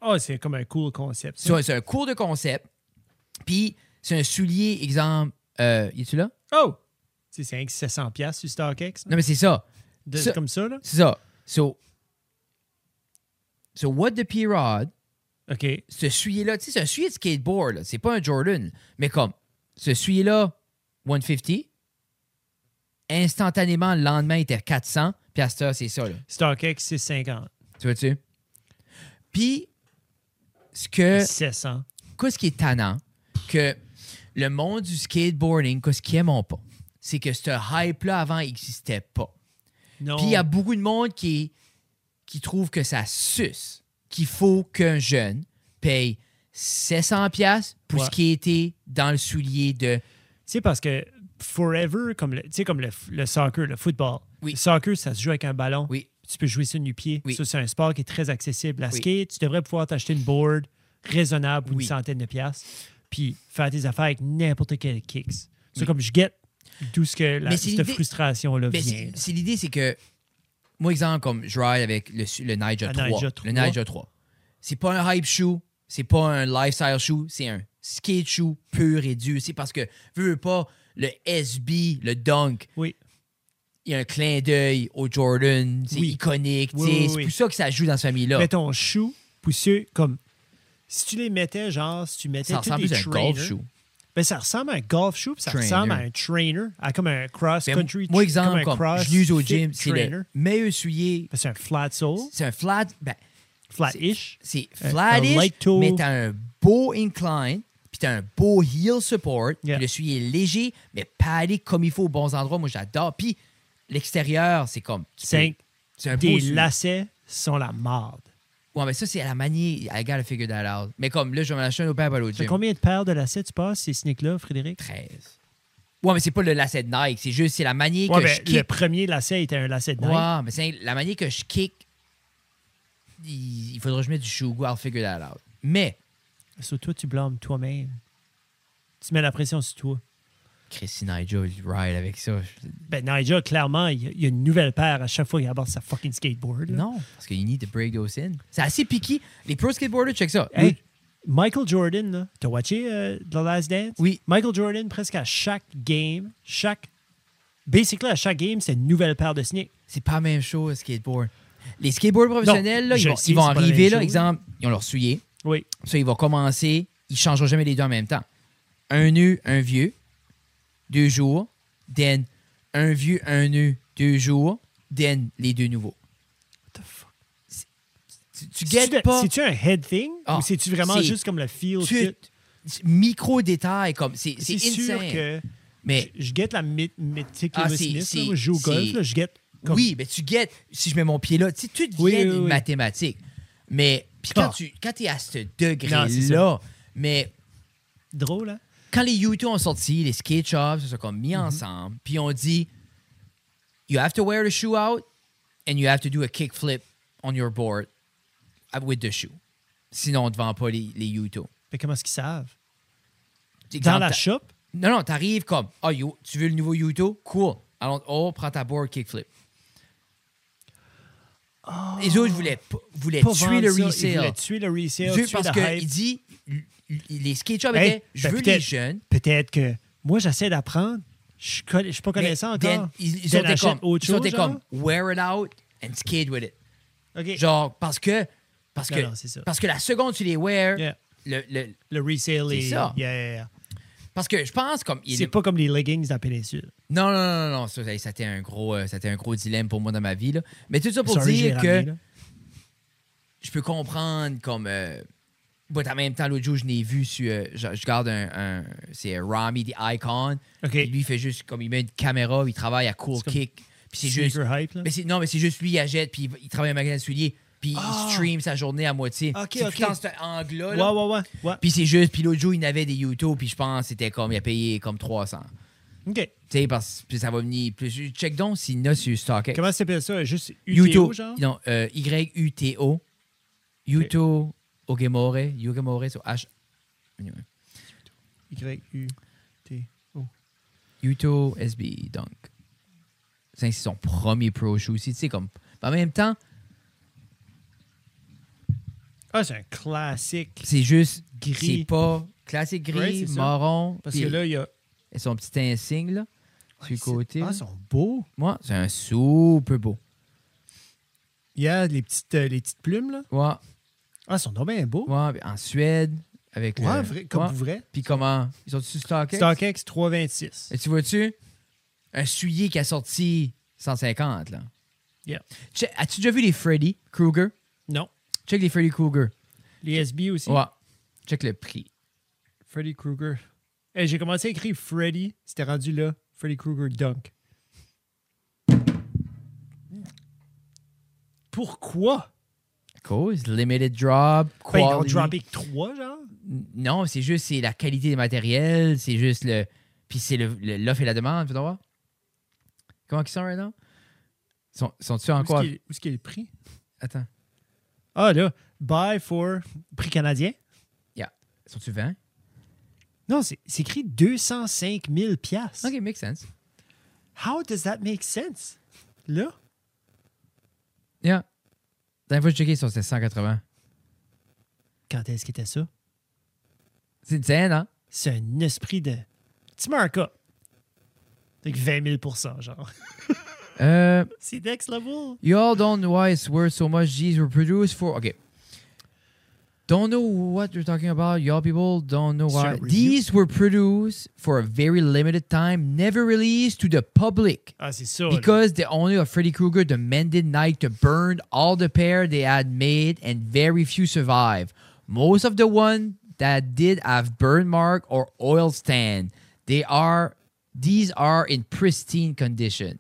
Speaker 4: Oh, c'est comme un cool concept. ça.
Speaker 3: C'est un- c'est un cours de concept. Puis, c'est un soulier, exemple. Euh, es-tu là?
Speaker 4: Oh! Tu sais, C'est 500-700$ piastres sur StockX. là.
Speaker 3: Non, mais c'est ça.
Speaker 4: De-
Speaker 3: ça-
Speaker 4: Comme ça, là.
Speaker 3: C'est ça. So, so what the P-Rod,
Speaker 4: OK.
Speaker 3: ce soulier-là, tu sais, c'est un soulier de skateboard, là. C'est pas un Jordan. Mais comme, ce soulier-là, 150, instantanément, le lendemain, il était 400. Puis à cette heure, c'est ça, là.
Speaker 4: StockX, c'est 50.
Speaker 3: Tu vois-tu? Puis, ce que.
Speaker 4: 700.
Speaker 3: qu'est-ce qui est tannant que le monde du skateboarding, qu'est-ce qu'ils aiment pas, c'est que ce hype-là avant n'existait pas.
Speaker 4: Non.
Speaker 3: Puis il y a beaucoup de monde qui, qui trouve que ça suce, qu'il faut qu'un jeune paye 700$ piastres pour
Speaker 4: Ouais.
Speaker 3: ce qui était dans le soulier de.
Speaker 4: Tu sais, parce que forever, comme le, tu sais, comme le, f- le soccer, le football.
Speaker 3: Oui.
Speaker 4: Le soccer, ça se joue avec un ballon.
Speaker 3: Oui.
Speaker 4: Tu peux jouer ça du pied.
Speaker 3: Oui.
Speaker 4: Ça, c'est un sport qui est très accessible. La
Speaker 3: Oui.
Speaker 4: skate, tu devrais pouvoir t'acheter une board raisonnable pour
Speaker 3: Oui.
Speaker 4: une centaine de piastres, puis faire tes affaires avec n'importe quel kicks. C'est comme je guette tout ce que la,
Speaker 3: Mais c'est
Speaker 4: cette
Speaker 3: l'idée-
Speaker 4: frustration-là
Speaker 3: Mais
Speaker 4: vient.
Speaker 3: Ben, c'est c'est l'idée, c'est que. Moi, exemple, comme je ride avec le, su- le Ninja
Speaker 4: Le
Speaker 3: 3.
Speaker 4: Ninja
Speaker 3: Le
Speaker 4: 3.
Speaker 3: Ninja 3. C'est pas un hype shoe, c'est pas un lifestyle shoe, c'est un skate shoe pur et dur. C'est parce que, veux, veux pas, le SB, le Dunk,
Speaker 4: Oui.
Speaker 3: il y a un clin d'œil au Jordan, c'est
Speaker 4: Oui.
Speaker 3: iconique.
Speaker 4: Oui,
Speaker 3: tu sais,
Speaker 4: oui,
Speaker 3: c'est
Speaker 4: oui.
Speaker 3: pour ça que ça joue dans cette famille-là.
Speaker 4: Mettons chou, poussieux, comme si tu les mettais, genre, si tu mettais
Speaker 3: Ça
Speaker 4: tous
Speaker 3: ressemble plus
Speaker 4: des
Speaker 3: à un golf
Speaker 4: trainers-
Speaker 3: shoe.
Speaker 4: Ben, ça ressemble à un golf shoe, puis ça
Speaker 3: Trainer.
Speaker 4: ressemble à un trainer, à comme un
Speaker 3: Ben,
Speaker 4: cross-country.
Speaker 3: moi,
Speaker 4: tr-
Speaker 3: exemple, comme,
Speaker 4: cross
Speaker 3: je l'use au
Speaker 4: fit
Speaker 3: gym, c'est
Speaker 4: trainer.
Speaker 3: le meilleur soulier.
Speaker 4: Ben, c'est un flat sole,
Speaker 3: C'est un flat. ben,
Speaker 4: flat-ish.
Speaker 3: C'est
Speaker 4: Un- un
Speaker 3: flatish,
Speaker 4: light toe.
Speaker 3: mais t'as un beau incline, puis t'as un beau heel support.
Speaker 4: Yeah.
Speaker 3: Puis le soulier est léger, mais paddé comme il faut aux bons endroits. Moi, j'adore. Puis l'extérieur, c'est comme. tu peux-
Speaker 4: Cinq.
Speaker 3: C'est un beau
Speaker 4: Tes
Speaker 3: soulier.
Speaker 4: lacets sont la marde.
Speaker 3: Ouais, mais ça, c'est à la manière. I gotta figure that out. Mais comme là, je vais m'en acheter un au Père Ball au
Speaker 4: T'as
Speaker 3: gym.
Speaker 4: combien de paires de lacets tu passes, ces sneakers-là, Frédéric?
Speaker 3: 13. Ouais, mais c'est pas le lacet de Nike. C'est juste, c'est la manière
Speaker 4: Ouais,
Speaker 3: que
Speaker 4: ben,
Speaker 3: je
Speaker 4: le
Speaker 3: kick.
Speaker 4: premier lacet était un lacet de Nike.
Speaker 3: Ouais, mais c'est la manière que je kick. Il, il faudra que je mette du shoe. I'll figure that out. Mais,
Speaker 4: Sur toi, tu blâmes toi-même. Tu mets la pression sur toi.
Speaker 3: Chrissy Nigel il ride avec ça. Je-
Speaker 4: Ben, Nigel, clairement, il y a- il y a une nouvelle paire à chaque fois qu'il aborde sa fucking skateboard. là.
Speaker 3: Non, parce que you need to break those in. C'est assez piqué. Les pro skateboarders, check ça.
Speaker 4: Hey, Michael Jordan, là, t'as watché euh, The Last Dance?
Speaker 3: Oui.
Speaker 4: Michael Jordan, presque à chaque game, chaque. Basically, à chaque game, c'est une nouvelle paire de sneakers.
Speaker 3: C'est pas la même chose, skateboard. Les skateboarders professionnels, là,
Speaker 4: je
Speaker 3: ils vont,
Speaker 4: sais,
Speaker 3: ils vont
Speaker 4: c'est pas la
Speaker 3: arriver,
Speaker 4: même
Speaker 3: là,
Speaker 4: chose.
Speaker 3: exemple, ils ont leur souillé.
Speaker 4: Oui.
Speaker 3: Ça, ils vont commencer. Ils changeront jamais les deux en même temps. Un nu, un vieux. Deux jours. Then, un vieux, un nu, deux jours. Then, les deux nouveaux.
Speaker 4: What the fuck?
Speaker 3: Tu, tu
Speaker 4: C'est-tu
Speaker 3: guettes
Speaker 4: le-
Speaker 3: pas
Speaker 4: C'est-tu un head thing?
Speaker 3: Ah,
Speaker 4: ou c'est-tu vraiment
Speaker 3: c'est-
Speaker 4: juste comme le feel?
Speaker 3: tu-
Speaker 4: fit?
Speaker 3: micro détail comme c'est c'est
Speaker 4: C'est sûr
Speaker 3: insane.
Speaker 4: que.
Speaker 3: mais
Speaker 4: Je, je guette la mé-
Speaker 3: Ah,
Speaker 4: meticulousness.
Speaker 3: c'est-
Speaker 4: là. Moi, je joue au
Speaker 3: c'est-
Speaker 4: golf, là, je guette. comme-
Speaker 3: oui, mais tu guettes si je mets mon pied là, tu sais tout
Speaker 4: Oui,
Speaker 3: vient
Speaker 4: oui,
Speaker 3: d'une
Speaker 4: oui.
Speaker 3: mathématique. Mais puis quand
Speaker 4: Ah.
Speaker 3: tu quand es à ce
Speaker 4: Non, c'est
Speaker 3: degré là,
Speaker 4: ça.
Speaker 3: mais
Speaker 4: Drôle, hein?
Speaker 3: quand les YouTube ont sorti, les skate shops se sont comme
Speaker 4: Mhm.
Speaker 3: mis ensemble, puis on dit you have to wear the shoe out and you have to do a kickflip on your board with the shoe. Sinon, on ne te vend pas les, les YouTube.
Speaker 4: Mais comment est-ce qu'ils savent? Dans la shop?
Speaker 3: Non, non, t'arrives comme, ah, yo, tu veux le nouveau Yuto? Cool. Alors, oh, prends ta board kickflip. Les autres voulaient, p- voulaient
Speaker 4: Ah. Pas
Speaker 3: tuer le
Speaker 4: vendre ça, ils voulaient
Speaker 3: resale.
Speaker 4: Tuer le resale.
Speaker 3: Dieu,
Speaker 4: tuer
Speaker 3: parce
Speaker 4: le hype.
Speaker 3: qu'il dit, l- l- les skate shops
Speaker 4: Hey,
Speaker 3: étaient, je
Speaker 4: ben
Speaker 3: veux les
Speaker 4: peut-être-
Speaker 3: jeunes.
Speaker 4: Peut-être que moi, j'essaie d'apprendre. Je ne suis pas
Speaker 3: mais
Speaker 4: connaissant
Speaker 3: then,
Speaker 4: encore.
Speaker 3: ils, ils
Speaker 4: Then
Speaker 3: sont des
Speaker 4: achète
Speaker 3: comme,
Speaker 4: autre
Speaker 3: ils sont
Speaker 4: chose,
Speaker 3: des
Speaker 4: genre?
Speaker 3: comme, wear it out and skate with it.
Speaker 4: OK.
Speaker 3: Genre, parce que, parce
Speaker 4: Non,
Speaker 3: que,
Speaker 4: non, c'est ça.
Speaker 3: parce que la seconde tu les wear,
Speaker 4: Yeah.
Speaker 3: le, le-
Speaker 4: le resale
Speaker 3: C'est
Speaker 4: est...
Speaker 3: ça.
Speaker 4: Yeah, yeah, yeah.
Speaker 3: parce que je pense comme, il
Speaker 4: C'est pas comme les leggings dans la péninsule.
Speaker 3: Non, non, non, non, ça, ça a été un gros, euh, ça a été un gros dilemme pour moi dans ma vie. là. Mais tout ça pour
Speaker 4: Sorry, je l'ai
Speaker 3: dire que
Speaker 4: ramené, là.
Speaker 3: je peux comprendre comme euh, But en même temps, l'autre jour, je l'ai vu sur. euh, je, je garde un. un- c'est euh, Rami the Icon.
Speaker 4: OK.
Speaker 3: Puis lui, il fait juste comme il met une caméra, il travaille à cool
Speaker 4: C'est comme-
Speaker 3: kick. Puis c'est juste.
Speaker 4: Sneaker hype, là.
Speaker 3: Mais c'est- non, mais c'est juste lui, il achète, puis il- il travaille à un magasin de souliers, puis
Speaker 4: Ah!
Speaker 3: il stream sa journée à moitié.
Speaker 4: Ok,
Speaker 3: c'est
Speaker 4: ok.
Speaker 3: tout dans cet angle-là.
Speaker 4: Ouais,
Speaker 3: là.
Speaker 4: ouais, ouais. ouais.
Speaker 3: Puis c'est juste, puis l'autre jour, il n'avait des YouTube, puis je pense que c'était comme, il a payé comme 300.
Speaker 4: OK.
Speaker 3: Tu sais, parce que ça va venir plus. Check donc s'il y en a sur StockX.
Speaker 4: Comment ça s'appelle ça? Juste UTO,
Speaker 3: YouTube.
Speaker 4: genre?
Speaker 3: Non, euh, Y-U-T-O. Yuto Ogemore. Yogemore, sur H. Anyway.
Speaker 4: Y-U-T-O.
Speaker 3: Yuto SB, donc. C'est c'est son premier pro shoe aussi, tu sais, comme. En même temps,
Speaker 4: Ah, c'est un classique.
Speaker 3: c'est juste.
Speaker 4: Gris.
Speaker 3: C'est pas classique gris,
Speaker 4: Ouais, c'est ça.
Speaker 3: marron.
Speaker 4: Parce
Speaker 3: puis
Speaker 4: que là, il y a.
Speaker 3: et son petit insigne, là, sur le côté.
Speaker 4: Ah, ils sont beaux.
Speaker 3: Moi, c'est un super beau.
Speaker 4: Il y a les petites, euh, les petites plumes, là.
Speaker 3: Ouais,
Speaker 4: Ah, ils sont donc bien beaux.
Speaker 3: ouais, en Suède, avec
Speaker 4: Ouais,
Speaker 3: le-
Speaker 4: vrai, comme
Speaker 3: ouais.
Speaker 4: vous vrai.
Speaker 3: Puis comment Ils sont sur StockX?
Speaker 4: StockX 326.
Speaker 3: Et tu vois-tu? Un soulier qui a sorti 150, là.
Speaker 4: Yeah.
Speaker 3: Che- As-tu déjà vu les Freddy Krueger?
Speaker 4: Non.
Speaker 3: Check les Freddy Krueger.
Speaker 4: Les SB aussi.
Speaker 3: Ouais. Check le prix.
Speaker 4: Freddy Krueger. Eh, J'ai commencé à écrire Freddy. C'était rendu là. Freddy Krueger Dunk. Pourquoi?
Speaker 3: Cause, limited drop,
Speaker 4: Ben, ils ont
Speaker 3: quality.
Speaker 4: droppé 3, genre?
Speaker 3: N- Non, c'est juste c'est la qualité des matériels, c'est juste le. Puis c'est le- le- l'offre et la demande, tu voir? Comment ils sont right now? Sont- Sont-tu en
Speaker 4: Où
Speaker 3: quoi?
Speaker 4: est-ce qu'il- où est-ce qu'il est le prix?
Speaker 3: Attends.
Speaker 4: Ah, là. Buy for prix canadien.
Speaker 3: Yeah. Sont-tu 20?
Speaker 4: Non, c'est c'est écrit 205 000 piastres.
Speaker 3: OK, makes sense.
Speaker 4: How does that make sense? Là?
Speaker 3: Yeah. Dernière fois que j'ai checké, ça, c'était 180.
Speaker 4: Quand est-ce qu'était ça?
Speaker 3: C'est une scène, hein?
Speaker 4: C'est un esprit de petit markup. Donc 20 000 genre. [laughs]
Speaker 3: Euh.
Speaker 4: C'est next level.
Speaker 3: You all don't know why it's worth so much. These were produced for. Okay. Don't know what you're talking about. Y'all people don't know why.
Speaker 4: Sir, were you-
Speaker 3: These were produced for a very limited time, never released to the public.
Speaker 4: Ah, c'est ça. là.
Speaker 3: Because the owner of Freddy Krueger demanded Nike to burn all the pair they had made, and very few survive. Most of the one that did have burn mark or oil stand. They are these are in pristine condition.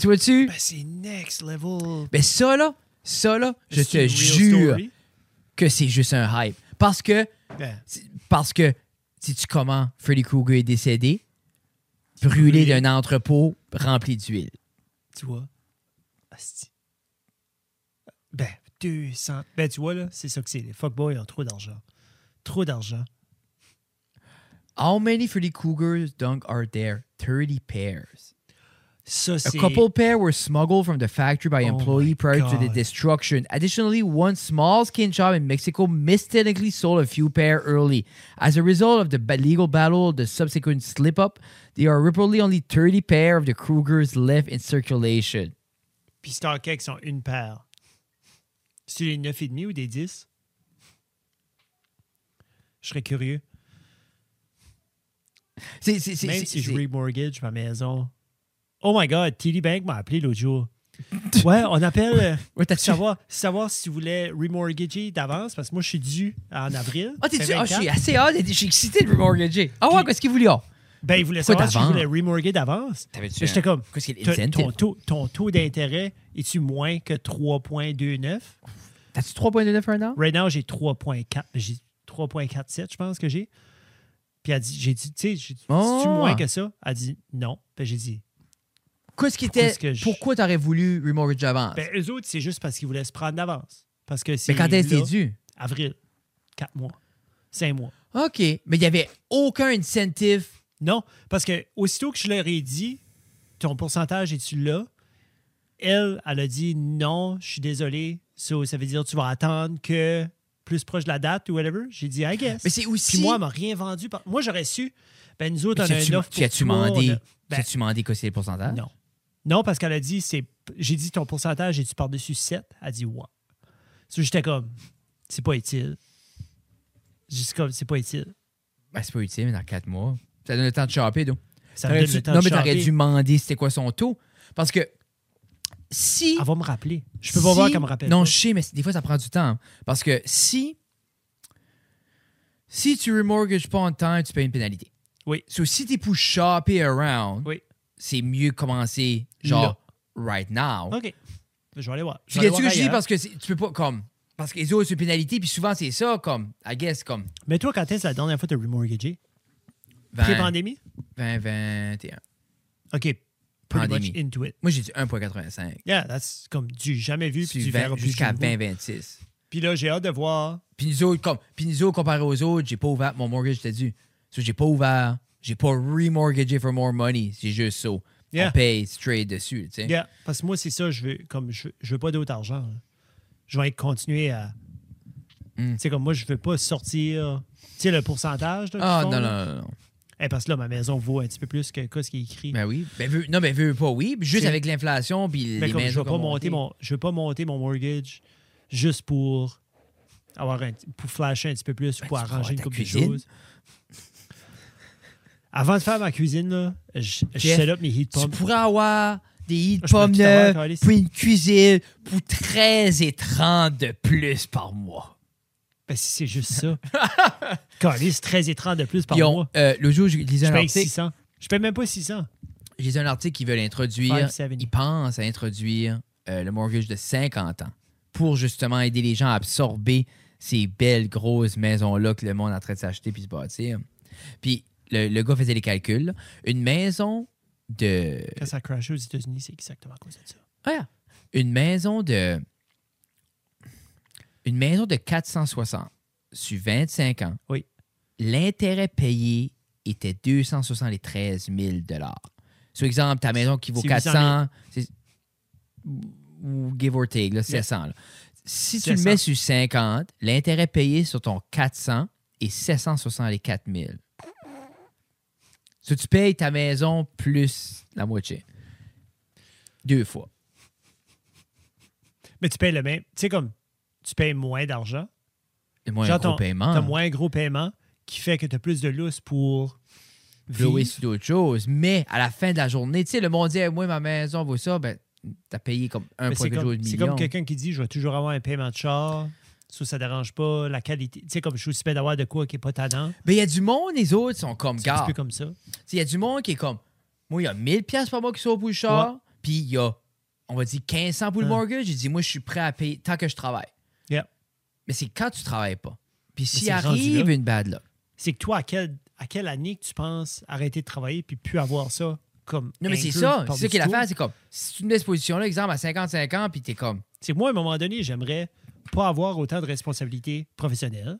Speaker 3: Tu vois-tu?
Speaker 4: Ben, c'est next level.
Speaker 3: Mais Ben, ça, là, ça, là, je
Speaker 4: C'est
Speaker 3: te
Speaker 4: une real
Speaker 3: jure
Speaker 4: story.
Speaker 3: que c'est juste un hype. Parce que,
Speaker 4: Ben,
Speaker 3: parce que, si tu comment Freddy Krueger est décédé, brûlé
Speaker 4: Brûlé.
Speaker 3: d'un entrepôt rempli d'huile.
Speaker 4: tu vois. Asti. Ben, 200. Ben, tu vois, là, c'est ça que c'est. Les fuckboys ont trop d'argent. Trop d'argent.
Speaker 3: How many Freddy Cougars dunk are there? 30 pairs.
Speaker 4: Ça,
Speaker 3: A
Speaker 4: c'est.
Speaker 3: couple pair were smuggled from the factory by
Speaker 4: Oh my
Speaker 3: employee prior to the
Speaker 4: God.
Speaker 3: destruction. Additionally, one small skin shop in Mexico mistakenly sold a few pair early. As a result of the ba- legal battle, the subsequent slip up, there are reportedly only 30 pair of the Krugers left in circulation.
Speaker 4: Puis StockX ont une paire. C'est les 9,5 ou des 10? Je serais curieux.
Speaker 3: C'est, c'est, c'est,
Speaker 4: Même
Speaker 3: c'est-
Speaker 4: si je
Speaker 3: c'est-
Speaker 4: remortgage ma maison. Oh my God, TD Bank m'a appelé l'autre jour. [laughs] Ouais, on appelle euh,
Speaker 3: [laughs] Ouais,
Speaker 4: pour
Speaker 3: t'as-tu-
Speaker 4: savoir, savoir si tu voulais remortgager d'avance parce que moi, je suis dû en avril.
Speaker 3: Ah, t'es
Speaker 4: fin
Speaker 3: tu Ah, je
Speaker 4: 24.
Speaker 3: suis assez hâte, d'être- je suis excité de remortgager. Ah ouais,
Speaker 4: Puis-
Speaker 3: qu'est-ce qu'il voulait? Ah,
Speaker 4: Ben, il voulait
Speaker 3: Pourquoi
Speaker 4: savoir si je
Speaker 3: d'avance?
Speaker 4: voulais remortgager d'avance.
Speaker 3: T'avais-tu
Speaker 4: Mais J'étais
Speaker 3: un-
Speaker 4: comme,
Speaker 3: qu'est-ce qu'il y a
Speaker 4: ton-
Speaker 3: d'incentive?
Speaker 4: ton taux, ton taux d'intérêt, es-tu moins que 3,29?
Speaker 3: T'as-tu 3.29 un an?
Speaker 4: Right now, j'ai 3.4. J'ai 3.47, je pense que j'ai. Puis elle dit, j'ai dit, tu sais, j'ai dit,
Speaker 3: Oh.
Speaker 4: c'est-tu moins que ça? Elle dit, non. Ben, j'ai dit,
Speaker 3: Qu'est-ce qui
Speaker 4: Pourquoi
Speaker 3: était.
Speaker 4: est-ce que je-
Speaker 3: Pourquoi t'aurais voulu remortgager avant?
Speaker 4: ben, eux autres, c'est juste parce qu'ils voulaient se prendre d'avance. Parce que c'est.
Speaker 3: Mais quand est-ce que
Speaker 4: là,
Speaker 3: c'est dû?
Speaker 4: Avril. 4 mois. 5 mois.
Speaker 3: OK. Mais il n'y avait aucun incentive.
Speaker 4: Non, parce que aussitôt que je leur ai dit, ton pourcentage est-tu là? Elle, elle a dit, non, je suis désolé. So, ça veut dire, tu vas attendre que plus proche de la date ou whatever. J'ai dit, I guess.
Speaker 3: Mais c'est aussi.
Speaker 4: Puis moi, elle m'a rien vendu. par- Moi, j'aurais su. Ben, nous autres,
Speaker 3: Mais
Speaker 4: on a
Speaker 3: tu
Speaker 4: un offre.
Speaker 3: tu
Speaker 4: pour
Speaker 3: as-tu
Speaker 4: toi,
Speaker 3: demandé
Speaker 4: on a- Ben,
Speaker 3: tu as-tu demandé que c'est le pourcentage?
Speaker 4: Non. Non, parce qu'elle a dit, c'est. J'ai dit ton pourcentage et tu par-dessus 7. Elle dit ouais. So, j'étais comme, c'est pas utile. Juste comme, c'est pas utile.
Speaker 3: Ben, c'est pas utile, mais dans quatre mois. Ça donne le temps de choper, donc.
Speaker 4: Ça me
Speaker 3: T'aurais
Speaker 4: donne le
Speaker 3: dû-
Speaker 4: temps
Speaker 3: non,
Speaker 4: de
Speaker 3: mais t'aurais
Speaker 4: chanter.
Speaker 3: dû demander c'était quoi son taux. Parce que si.
Speaker 4: Elle va me rappeler. Ah, Je peux pas
Speaker 3: si-
Speaker 4: voir qu'elle me rappelle.
Speaker 3: Non,
Speaker 4: pas.
Speaker 3: je sais, mais c'est- des fois, ça prend du temps. Parce que si Si tu remortgages pas en temps, tu payes une pénalité.
Speaker 4: Oui.
Speaker 3: So, si t'es pour shopper around,
Speaker 4: Oui.
Speaker 3: c'est mieux commencer, genre, right now.
Speaker 4: OK. Je vais aller voir.
Speaker 3: Tu sais ce
Speaker 4: vais aller
Speaker 3: que
Speaker 4: voir
Speaker 3: je dis?
Speaker 4: ailleurs.
Speaker 3: Parce que c'est- tu peux pas, comme... Parce que les autres, c'est une pénalité, puis souvent, c'est ça, comme, I guess, comme...
Speaker 4: Mais toi, quand est-ce la dernière fois que tu as remortgagé?
Speaker 3: 20,
Speaker 4: Pré-pandémie?
Speaker 3: 20, 21.
Speaker 4: OK. Pretty
Speaker 3: Pandémie.
Speaker 4: much into it.
Speaker 3: Moi, j'ai dit 1,85.
Speaker 4: Yeah, that's comme du jamais vu, puis
Speaker 3: Sur
Speaker 4: tu
Speaker 3: 20
Speaker 4: verras plus
Speaker 3: Jusqu'à
Speaker 4: jamais vu.
Speaker 3: 20, 26.
Speaker 4: Puis là, j'ai hâte de voir.
Speaker 3: Puis nous autres, comme, puis nous autres, comparé aux autres, j'ai pas ouvert mon mortgage, j'étais dû. So, j'ai pas ouvert, j'ai pas remortgagé for more money. C'est juste ça.
Speaker 4: Yeah.
Speaker 3: On paye straight dessus, tu sais.
Speaker 4: Yeah, parce que moi, c'est ça, je veux, comme, je, veux- je veux pas d'autre argent. là. Je vais continuer à.
Speaker 3: Mm.
Speaker 4: Tu sais, comme moi, je veux pas sortir. Tu sais, le pourcentage. là,
Speaker 3: Ah,
Speaker 4: qu'ils
Speaker 3: non,
Speaker 4: font, là.
Speaker 3: non, non, non.
Speaker 4: Eh, parce que là, ma maison vaut un petit peu plus que, que ce qui est écrit.
Speaker 3: Ben oui. Ben, veux, non, mais veux pas, oui. Puis Juste
Speaker 4: C'est-
Speaker 3: avec l'inflation, puis
Speaker 4: Mais
Speaker 3: les
Speaker 4: Ben, comme je
Speaker 3: maisons
Speaker 4: veux pas
Speaker 3: qui ont
Speaker 4: monter
Speaker 3: monté.
Speaker 4: mon, je veux pas monter mon mortgage juste pour avoir un, pour flasher un petit peu plus, ou pour
Speaker 3: Ben, tu pourras
Speaker 4: arranger une
Speaker 3: ta
Speaker 4: couple
Speaker 3: cuisine.
Speaker 4: de choses. Avant de faire ma cuisine, là, je, je
Speaker 3: Jeff,
Speaker 4: set up mes heat
Speaker 3: Tu
Speaker 4: pumps.
Speaker 3: pourrais avoir des hits de
Speaker 4: Je peux
Speaker 3: pommes
Speaker 4: quitter avant,
Speaker 3: neuves,
Speaker 4: Carlis.
Speaker 3: puis une cuisine pour 13 et 30 de plus par mois.
Speaker 4: Ben, si c'est
Speaker 3: [laughs]
Speaker 4: juste ça. Calice, 13 et 30 de plus par
Speaker 3: Ils ont,
Speaker 4: mois.
Speaker 3: euh, le jour où je lisais
Speaker 4: Je
Speaker 3: un
Speaker 4: paye
Speaker 3: article,
Speaker 4: 600. Je paye même pas 600.
Speaker 3: j'ai lu un article qu'ils veulent introduire,
Speaker 4: 570.
Speaker 3: ils pensent à introduire euh, le mortgage de 50 ans pour justement aider les gens à absorber ces belles grosses maisons-là que le monde est en train de s'acheter puis se bâtir. Puis le, le gars faisait les calculs. là. Une maison de...
Speaker 4: Quand ça a crashé aux États-Unis, c'est exactement à cause de ça.
Speaker 3: Ouais. Une maison de. Une maison de 460 sur 25 ans.
Speaker 4: Oui.
Speaker 3: L'intérêt payé était 273 000 Sur exemple, ta maison qui vaut
Speaker 4: C'est
Speaker 3: 400, c'est- ou give or take, là, 700. là. Si tu le
Speaker 4: 700.
Speaker 3: mets sur 50, l'intérêt payé sur ton 400 est 764 000 Si tu payes ta maison plus la moitié. Deux fois.
Speaker 4: Mais tu payes le même. Tu sais, comme, tu payes moins d'argent.
Speaker 3: Le moins
Speaker 4: Genre,
Speaker 3: gros
Speaker 4: ton-
Speaker 3: paiement.
Speaker 4: T'as moins un gros paiement qui fait que t'as plus de lousse pour vivre.
Speaker 3: Louer sur d'autres choses. Mais à la fin de la journée, tu sais, le monde dit, Eh, moi, ma maison vaut ça, ben, t'as payé comme un
Speaker 4: Mais
Speaker 3: point
Speaker 4: c'est
Speaker 3: quelque chose
Speaker 4: comme,
Speaker 3: de
Speaker 4: c'est
Speaker 3: million.
Speaker 4: comme quelqu'un qui dit je vais toujours avoir un paiement de char. Ça, ça dérange pas. La qualité. Tu sais, comme je suis aussi bien d'avoir de quoi qui est pas tannant.
Speaker 3: Mais il y a du monde, les autres sont comme,
Speaker 4: C'est un petit
Speaker 3: gars.
Speaker 4: peu comme ça.
Speaker 3: Il y a du monde qui est comme, moi, il y a 1000 pièces par mois qui sont pour le char, puis il y a, on va dire, 1500 pour le
Speaker 4: Hein.
Speaker 3: mortgage. J'ai dit, moi, je suis prêt à payer tant que je travaille.
Speaker 4: Yeah.
Speaker 3: Mais c'est quand tu travailles pas. Puis s'il
Speaker 4: c'est
Speaker 3: arrive
Speaker 4: rendu là.
Speaker 3: une bad luck.
Speaker 4: C'est que toi, à quelle, à quelle année que tu penses arrêter de travailler puis plus avoir ça comme.
Speaker 3: Non, mais c'est
Speaker 4: inclus
Speaker 3: ça. C'est
Speaker 4: par-dessus
Speaker 3: ça qui est
Speaker 4: tout?
Speaker 3: l'affaire. C'est comme, si tu te mets cette position-là, exemple, à 55 ans, puis t'es comme,
Speaker 4: C'est moi, à un moment donné, j'aimerais pas avoir autant de responsabilités professionnelles,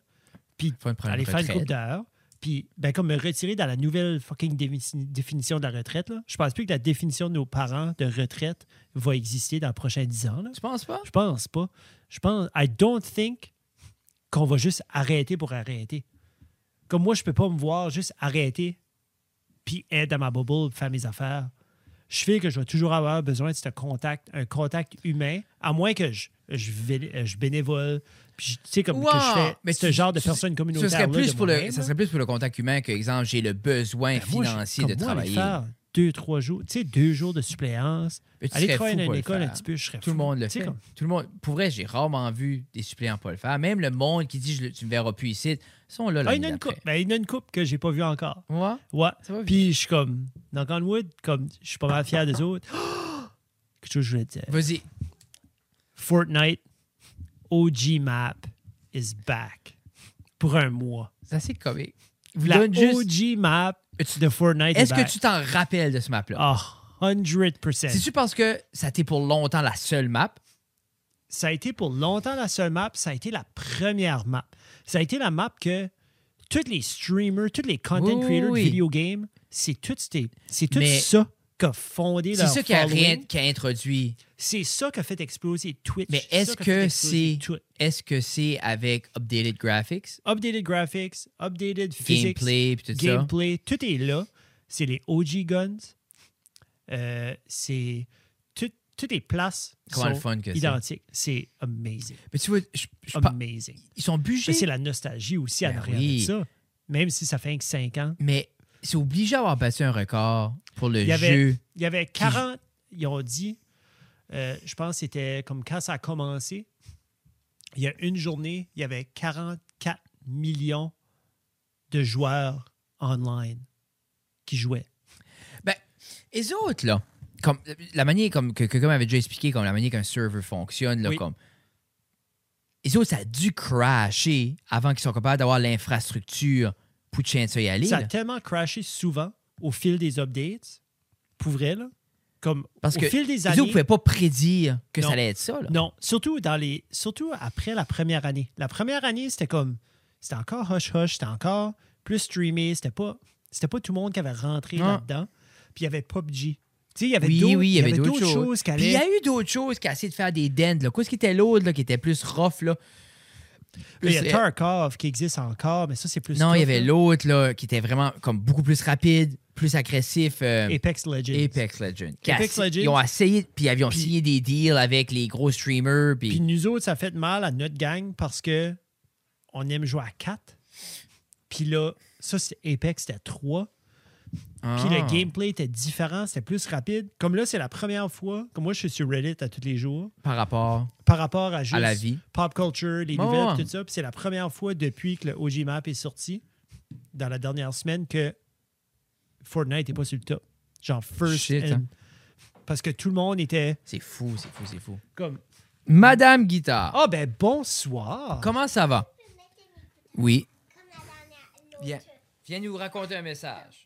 Speaker 4: puis
Speaker 3: Faut prendre une
Speaker 4: aller faire une coupe
Speaker 3: Ben, retraite.
Speaker 4: d'heures, puis ben, comme me retirer dans la nouvelle fucking défi- définition de la retraite. Là. Je pense plus que la définition de nos parents de retraite va exister dans les prochains 10 ans. Là.
Speaker 3: tu penses pas?
Speaker 4: Je pense pas. Je pense, I don't think qu'on va juste arrêter pour arrêter. Comme moi, je peux pas me voir juste arrêter puis être dans ma bubble, faire mes affaires. Je fais que je vais toujours avoir besoin de ce contact, un contact humain, à moins que je, je, vé- euh, je bénévole, puis je- tu sais, comme que je
Speaker 3: Wow!
Speaker 4: fais
Speaker 3: Mais
Speaker 4: ce
Speaker 3: tu-
Speaker 4: genre de
Speaker 3: tu-
Speaker 4: personne communautaire.
Speaker 3: Ce serait, plus pour le,
Speaker 4: hein.
Speaker 3: ça serait plus pour le contact humain que, exemple, j'ai le
Speaker 4: Ben,
Speaker 3: besoin financier de travailler.
Speaker 4: deux, trois jours, tu sais, deux jours de suppléance.
Speaker 3: Mais tu
Speaker 4: Aller
Speaker 3: serais
Speaker 4: travailler
Speaker 3: fou
Speaker 4: dans
Speaker 3: pour
Speaker 4: une
Speaker 3: le
Speaker 4: école un
Speaker 3: faire.
Speaker 4: petit peu, je serais
Speaker 3: Tout le
Speaker 4: fou.
Speaker 3: monde le
Speaker 4: Tu sais,
Speaker 3: fait.
Speaker 4: comme-
Speaker 3: Tout le monde. Pour vrai, j'ai rarement vu des suppléants pas le faire. Même le monde qui dit je, le- tu me verras plus ici, sont là.
Speaker 4: Ah,
Speaker 3: l'année
Speaker 4: il y en a une
Speaker 3: d'après.
Speaker 4: coupe. Ben, il y en a une coupe que j'ai pas vue encore.
Speaker 3: Ouais.
Speaker 4: Ouais.
Speaker 3: Ça va
Speaker 4: Puis je suis comme, dans Conwood, comme, je suis pas mal fier des autres. [gasps] Quelque chose que je voulais te dire.
Speaker 3: Vas-y.
Speaker 4: Fortnite OG map is back pour un mois.
Speaker 3: C'est assez comique. Vous
Speaker 4: La
Speaker 3: donne juste-
Speaker 4: OG map de Fortnite
Speaker 3: Est-ce
Speaker 4: est
Speaker 3: que
Speaker 4: back.
Speaker 3: tu t'en rappelles de ce map-là?
Speaker 4: Ah, 100%.
Speaker 3: C'est-tu parce que ça a été pour longtemps la seule map?
Speaker 4: ça a été pour longtemps la seule map. Ça a été la première map. Ça a été la map que tous les streamers, tous les content
Speaker 3: Oui,
Speaker 4: creators
Speaker 3: oui.
Speaker 4: de video game, c'est tout, ces- c'est tout
Speaker 3: Mais-
Speaker 4: ça qui a fondé
Speaker 3: C'est
Speaker 4: leur
Speaker 3: ça qui a,
Speaker 4: following.
Speaker 3: rien- qui a introduit
Speaker 4: C'est ça qui a fait exploser Twitch.
Speaker 3: Mais
Speaker 4: C'est
Speaker 3: est-ce
Speaker 4: ça qui a fait
Speaker 3: que
Speaker 4: exploser
Speaker 3: c'est
Speaker 4: tout.
Speaker 3: est-ce que c'est avec updated graphics,
Speaker 4: Updated graphics, updated physics,
Speaker 3: gameplay puis tout ça
Speaker 4: gameplay, tout est là. C'est les OG guns. Euh, c'est tout- toutes les places
Speaker 3: Comment le
Speaker 4: sont
Speaker 3: fun que c'est.
Speaker 4: identiques. C'est amazing.
Speaker 3: Mais tu vois, je- je pa-
Speaker 4: Amazing.
Speaker 3: ils sont
Speaker 4: Mais Ben, C'est
Speaker 3: bugés,
Speaker 4: la nostalgie aussi à
Speaker 3: Ben
Speaker 4: l'arrière
Speaker 3: oui.
Speaker 4: de ça. Même si ça fait 5 ans.
Speaker 3: mais c'est obligé d'avoir battu un record pour le
Speaker 4: Il y avait-
Speaker 3: jeu.
Speaker 4: Il y avait 40, ils ont dit, euh, je pense que c'était comme quand ça a commencé, il y a une journée, il y avait 44 millions de joueurs online qui jouaient.
Speaker 3: Ben, les autres, là, comme la manière comme, que quelqu'un m'avait déjà expliqué, comme la manière qu'un serveur fonctionne, là,
Speaker 4: Oui.
Speaker 3: comme. Les autres, ça a dû crasher avant qu'ils soient capables d'avoir l'infrastructure pour de ça y aller.
Speaker 4: Ça a
Speaker 3: là.
Speaker 4: tellement crashé souvent au fil des updates, pour vrai, là. Comme
Speaker 3: Parce
Speaker 4: au
Speaker 3: que
Speaker 4: fil des
Speaker 3: Les autres
Speaker 4: années.
Speaker 3: ne pouvaient pas prédire que
Speaker 4: Non.
Speaker 3: ça allait être ça. Là.
Speaker 4: Non, surtout dans les surtout après la première année. La première année, c'était comme c'était encore hush hush, c'était encore plus streamé, c'était pas c'était pas tout le monde qui avait rentré
Speaker 3: Non.
Speaker 4: là-dedans. Puis il y avait PUBG. Tu sais, il y avait
Speaker 3: Oui,
Speaker 4: d'autres-
Speaker 3: oui, il y avait d'autres choses.
Speaker 4: choses qui
Speaker 3: Puis il y
Speaker 4: allaient.
Speaker 3: a eu d'autres choses qui a essayé de faire des dents. Là. Qu'est-ce qui était l'autre, là, qui était plus rough, là?
Speaker 4: Mais Il y
Speaker 3: Plus-
Speaker 4: a Tarkov qui existe encore, mais ça c'est plus
Speaker 3: euh, non, il y
Speaker 4: tough,
Speaker 3: avait
Speaker 4: là.
Speaker 3: l'autre, là, qui était vraiment comme beaucoup plus rapide, plus agressif. euh,
Speaker 4: Apex Legends.
Speaker 3: Apex Legends. Qui a
Speaker 4: Apex
Speaker 3: essayé-
Speaker 4: Legends.
Speaker 3: Ils ont essayé, puis ils avaient
Speaker 4: Puis-
Speaker 3: signé des deals avec les gros streamers, puis...
Speaker 4: Puis nous autres, ça fait mal à notre gang parce que on aime jouer à 4. Puis là, ça, c'est Apex, c'était 3. Puis
Speaker 3: Ah.
Speaker 4: le gameplay était différent, c'était plus rapide. Comme là, c'est la première fois, comme moi, je suis sur Reddit à tous les jours,
Speaker 3: Par rapport
Speaker 4: par rapport à juste
Speaker 3: à la vie.
Speaker 4: pop culture, les
Speaker 3: Ouais,
Speaker 4: nouvelles,
Speaker 3: ouais.
Speaker 4: tout ça. Puis c'est la première fois depuis que le OG Map est sorti, dans la dernière semaine, que Fortnite n'est pas sur le top. Genre, first
Speaker 3: Shit,
Speaker 4: and-
Speaker 3: hein.
Speaker 4: Parce que tout le monde était
Speaker 3: C'est fou, c'est fou, c'est fou.
Speaker 4: comme
Speaker 3: Madame Guitare,
Speaker 4: Ah, ben bonsoir.
Speaker 3: comment ça va? Oui.
Speaker 5: Comme la dernière. l'autre.
Speaker 3: Viens, viens nous raconter un message.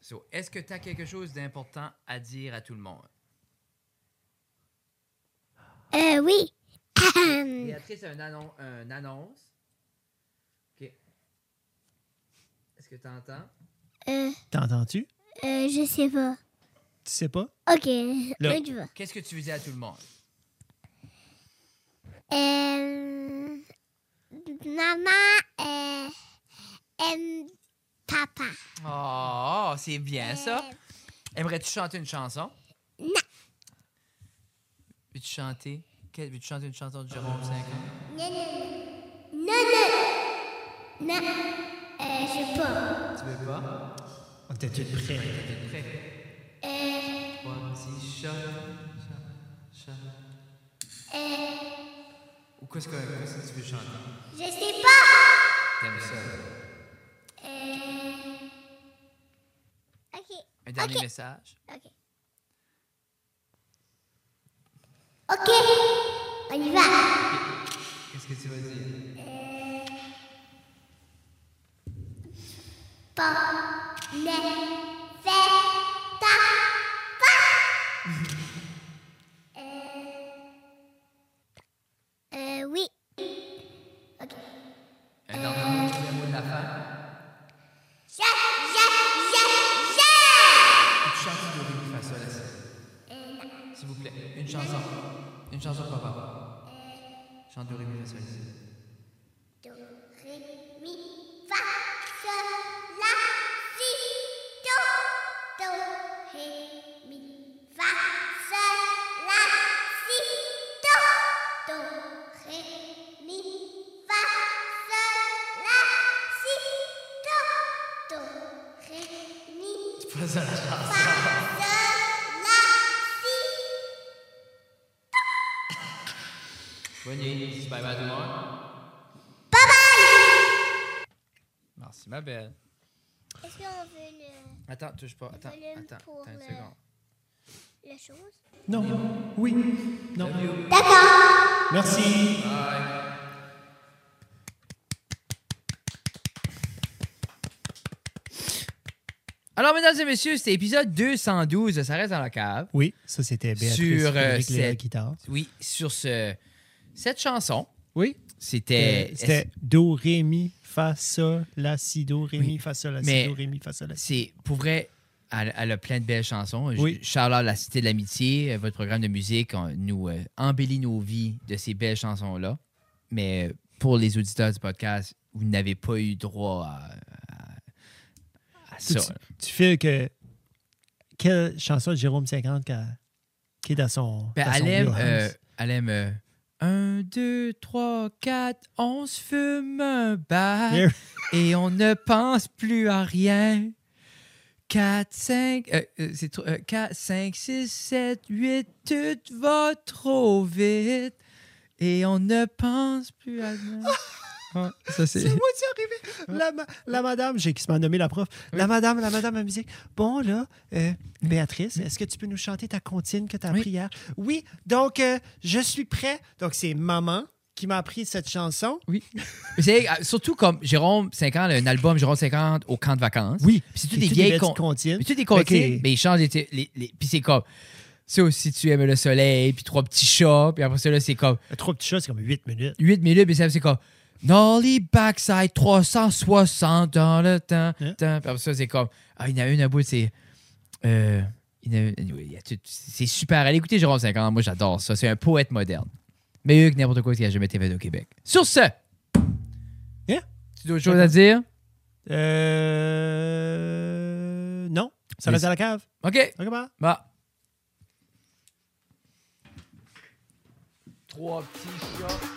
Speaker 3: So, Est-ce que tu as quelque chose d'important à dire à tout le monde?
Speaker 5: Euh, oui. [coughs]
Speaker 3: Béatrice a une, annon- une annonce. OK. Est-ce que tu entends?
Speaker 5: Euh,
Speaker 4: T'entends-tu?
Speaker 5: euh, je sais pas.
Speaker 4: Tu sais pas?
Speaker 5: Ok,
Speaker 4: Là.
Speaker 5: là, tu vas.
Speaker 3: Qu'est-ce que tu veux dire à tout le monde?
Speaker 5: Euh, maman, euh, aime papa.
Speaker 3: Oh, c'est bien ça. Aimerais-tu chanter une chanson?
Speaker 5: Non.
Speaker 3: Veux-tu chanter? Que- Veux-tu chanter une chanson de Jérôme 5
Speaker 5: Non, non, non. Non, non. Non, euh, je sais pas.
Speaker 3: Tu veux pas?
Speaker 4: On était tous prêts.
Speaker 3: T'es prêt?
Speaker 5: Euh,
Speaker 3: Trois petits chats, chats, chats.
Speaker 5: euh,
Speaker 3: Ou qu'est-ce que, qu'est-ce que tu veux chanter?
Speaker 5: je sais pas.
Speaker 3: T'aimes ça? là?
Speaker 5: Euh, ok,
Speaker 3: Un dernier
Speaker 5: Ok.
Speaker 3: message?
Speaker 5: ok. Ok, on y va.
Speaker 3: Qu'est-ce que tu vas dire?
Speaker 5: Bonne fête à papa. Euh, euh, oui. Ok.
Speaker 3: Un dernier mot, un mot de la fin?
Speaker 5: Yeah, yeah, yeah, yeah.
Speaker 3: Peux-tu chanter Dorine face à la S'il vous plaît, une chanson. Une chanson, papa. Chante Dorine face à
Speaker 5: Do, ré, mi, fa, sol, la, si, do. Do, ré, mi, fa, sol, la, si, do. Do, ré, mi, fa, sol, la, si, do. Do, ré, mi,
Speaker 3: Face à la
Speaker 5: fa, sol, la, si,
Speaker 3: Bonne nuit, dis bye bye tout le monde. Bye bye! Merci, ma belle.
Speaker 5: Est-ce qu'on veut euh, le,
Speaker 3: Attends, touche pas. Attends,
Speaker 5: Volume
Speaker 3: attends,
Speaker 5: pour
Speaker 3: attends une
Speaker 5: le-
Speaker 3: seconde.
Speaker 5: la chose
Speaker 4: Non. Oui. Non.
Speaker 5: D'accord.
Speaker 4: Merci.
Speaker 3: Alors, mesdames et messieurs, c'était épisode 212 de Ça reste dans la cave.
Speaker 4: Oui, ça c'était Béatrice
Speaker 3: Sur, euh,
Speaker 4: avec la
Speaker 3: cette-
Speaker 4: guitare.
Speaker 3: Oui, sur ce, cette chanson,
Speaker 4: Oui.
Speaker 3: c'était.
Speaker 4: Euh, C'était Do, Ré, Mi, Fa, Sol, La, Si, Do, Ré, Mi, Fa, Sol, La, Si,
Speaker 3: Mais-
Speaker 4: Do, Ré, Mi, Fa, Sol, La, Si.
Speaker 3: C'est pour vrai. Elle, elle a plein de belles chansons.
Speaker 4: Oui.
Speaker 3: Charlotte, la Cité de l'Amitié, euh, votre programme de musique on- nous euh, embellit nos vies de ces belles chansons-là. Mais euh, pour les auditeurs du podcast, vous n'avez pas eu droit à, à- à
Speaker 4: Tu,
Speaker 3: ça.
Speaker 4: tu fais que. Quelle chanson de Jérôme 50 qui, a- qui est dans son.
Speaker 3: Ben,
Speaker 4: dans son
Speaker 3: elle, aime,
Speaker 4: wheelhouse?
Speaker 3: euh, elle aime. 1, 2, 3, 4, on se fume un bac
Speaker 4: There-
Speaker 3: et on ne pense plus à rien. euh, 4, 5, 4, 5, 6, 7, 8, tout va trop vite Et on ne pense plus à rien. Ah, ça,
Speaker 4: C'est
Speaker 3: c'est.
Speaker 4: moi qui suis arrivé. La, ma- la madame, j'ai qui se m'a nommé la prof. La madame, la madame à musique. Bon, là, euh, Béatrice, est-ce que tu peux nous chanter ta comptine que tu as
Speaker 3: Oui.
Speaker 4: appris hier? Oui, donc, euh, je suis prêt. Donc, c'est maman qui m'a appris cette chanson.
Speaker 3: Oui. Mais c'est euh, surtout comme Jérôme 50, un album Jérôme 50 au camp de vacances.
Speaker 4: Oui.
Speaker 3: Puis c'est toutes
Speaker 4: C'est
Speaker 3: des
Speaker 4: toutes
Speaker 3: vieilles
Speaker 4: des
Speaker 3: con-
Speaker 4: petites comptines.
Speaker 3: Mais toutes des
Speaker 4: Fait que
Speaker 3: comptines,
Speaker 4: les-
Speaker 3: mais ils changent les, les- les- Puis c'est comme. Ça aussi, tu aimes le soleil, puis trois petits chats, puis après ça, là, c'est comme
Speaker 4: Trois petits chats, c'est comme 8 minutes.
Speaker 3: 8 minutes, puis ça, c'est comme. Nolly Backside 360 dans le temps.
Speaker 4: Hein?
Speaker 3: temps. Puis après ça, c'est comme. Ah, il y en a une à bout, c'est. Euh, il y en a une- anyway, il y a tout- c'est super. Allez écouter Jérôme 50, moi j'adore ça. C'est un poète moderne. Meilleur que n'importe quoi qui a jamais été fait au Québec. Sur ce,
Speaker 4: Hein?
Speaker 3: tu as autre chose à dire?
Speaker 4: Euh. Non, ça
Speaker 3: Mais-
Speaker 4: reste à la cave. é
Speaker 3: OK.
Speaker 4: Ok, bye.
Speaker 3: Bah. Trois petits chats.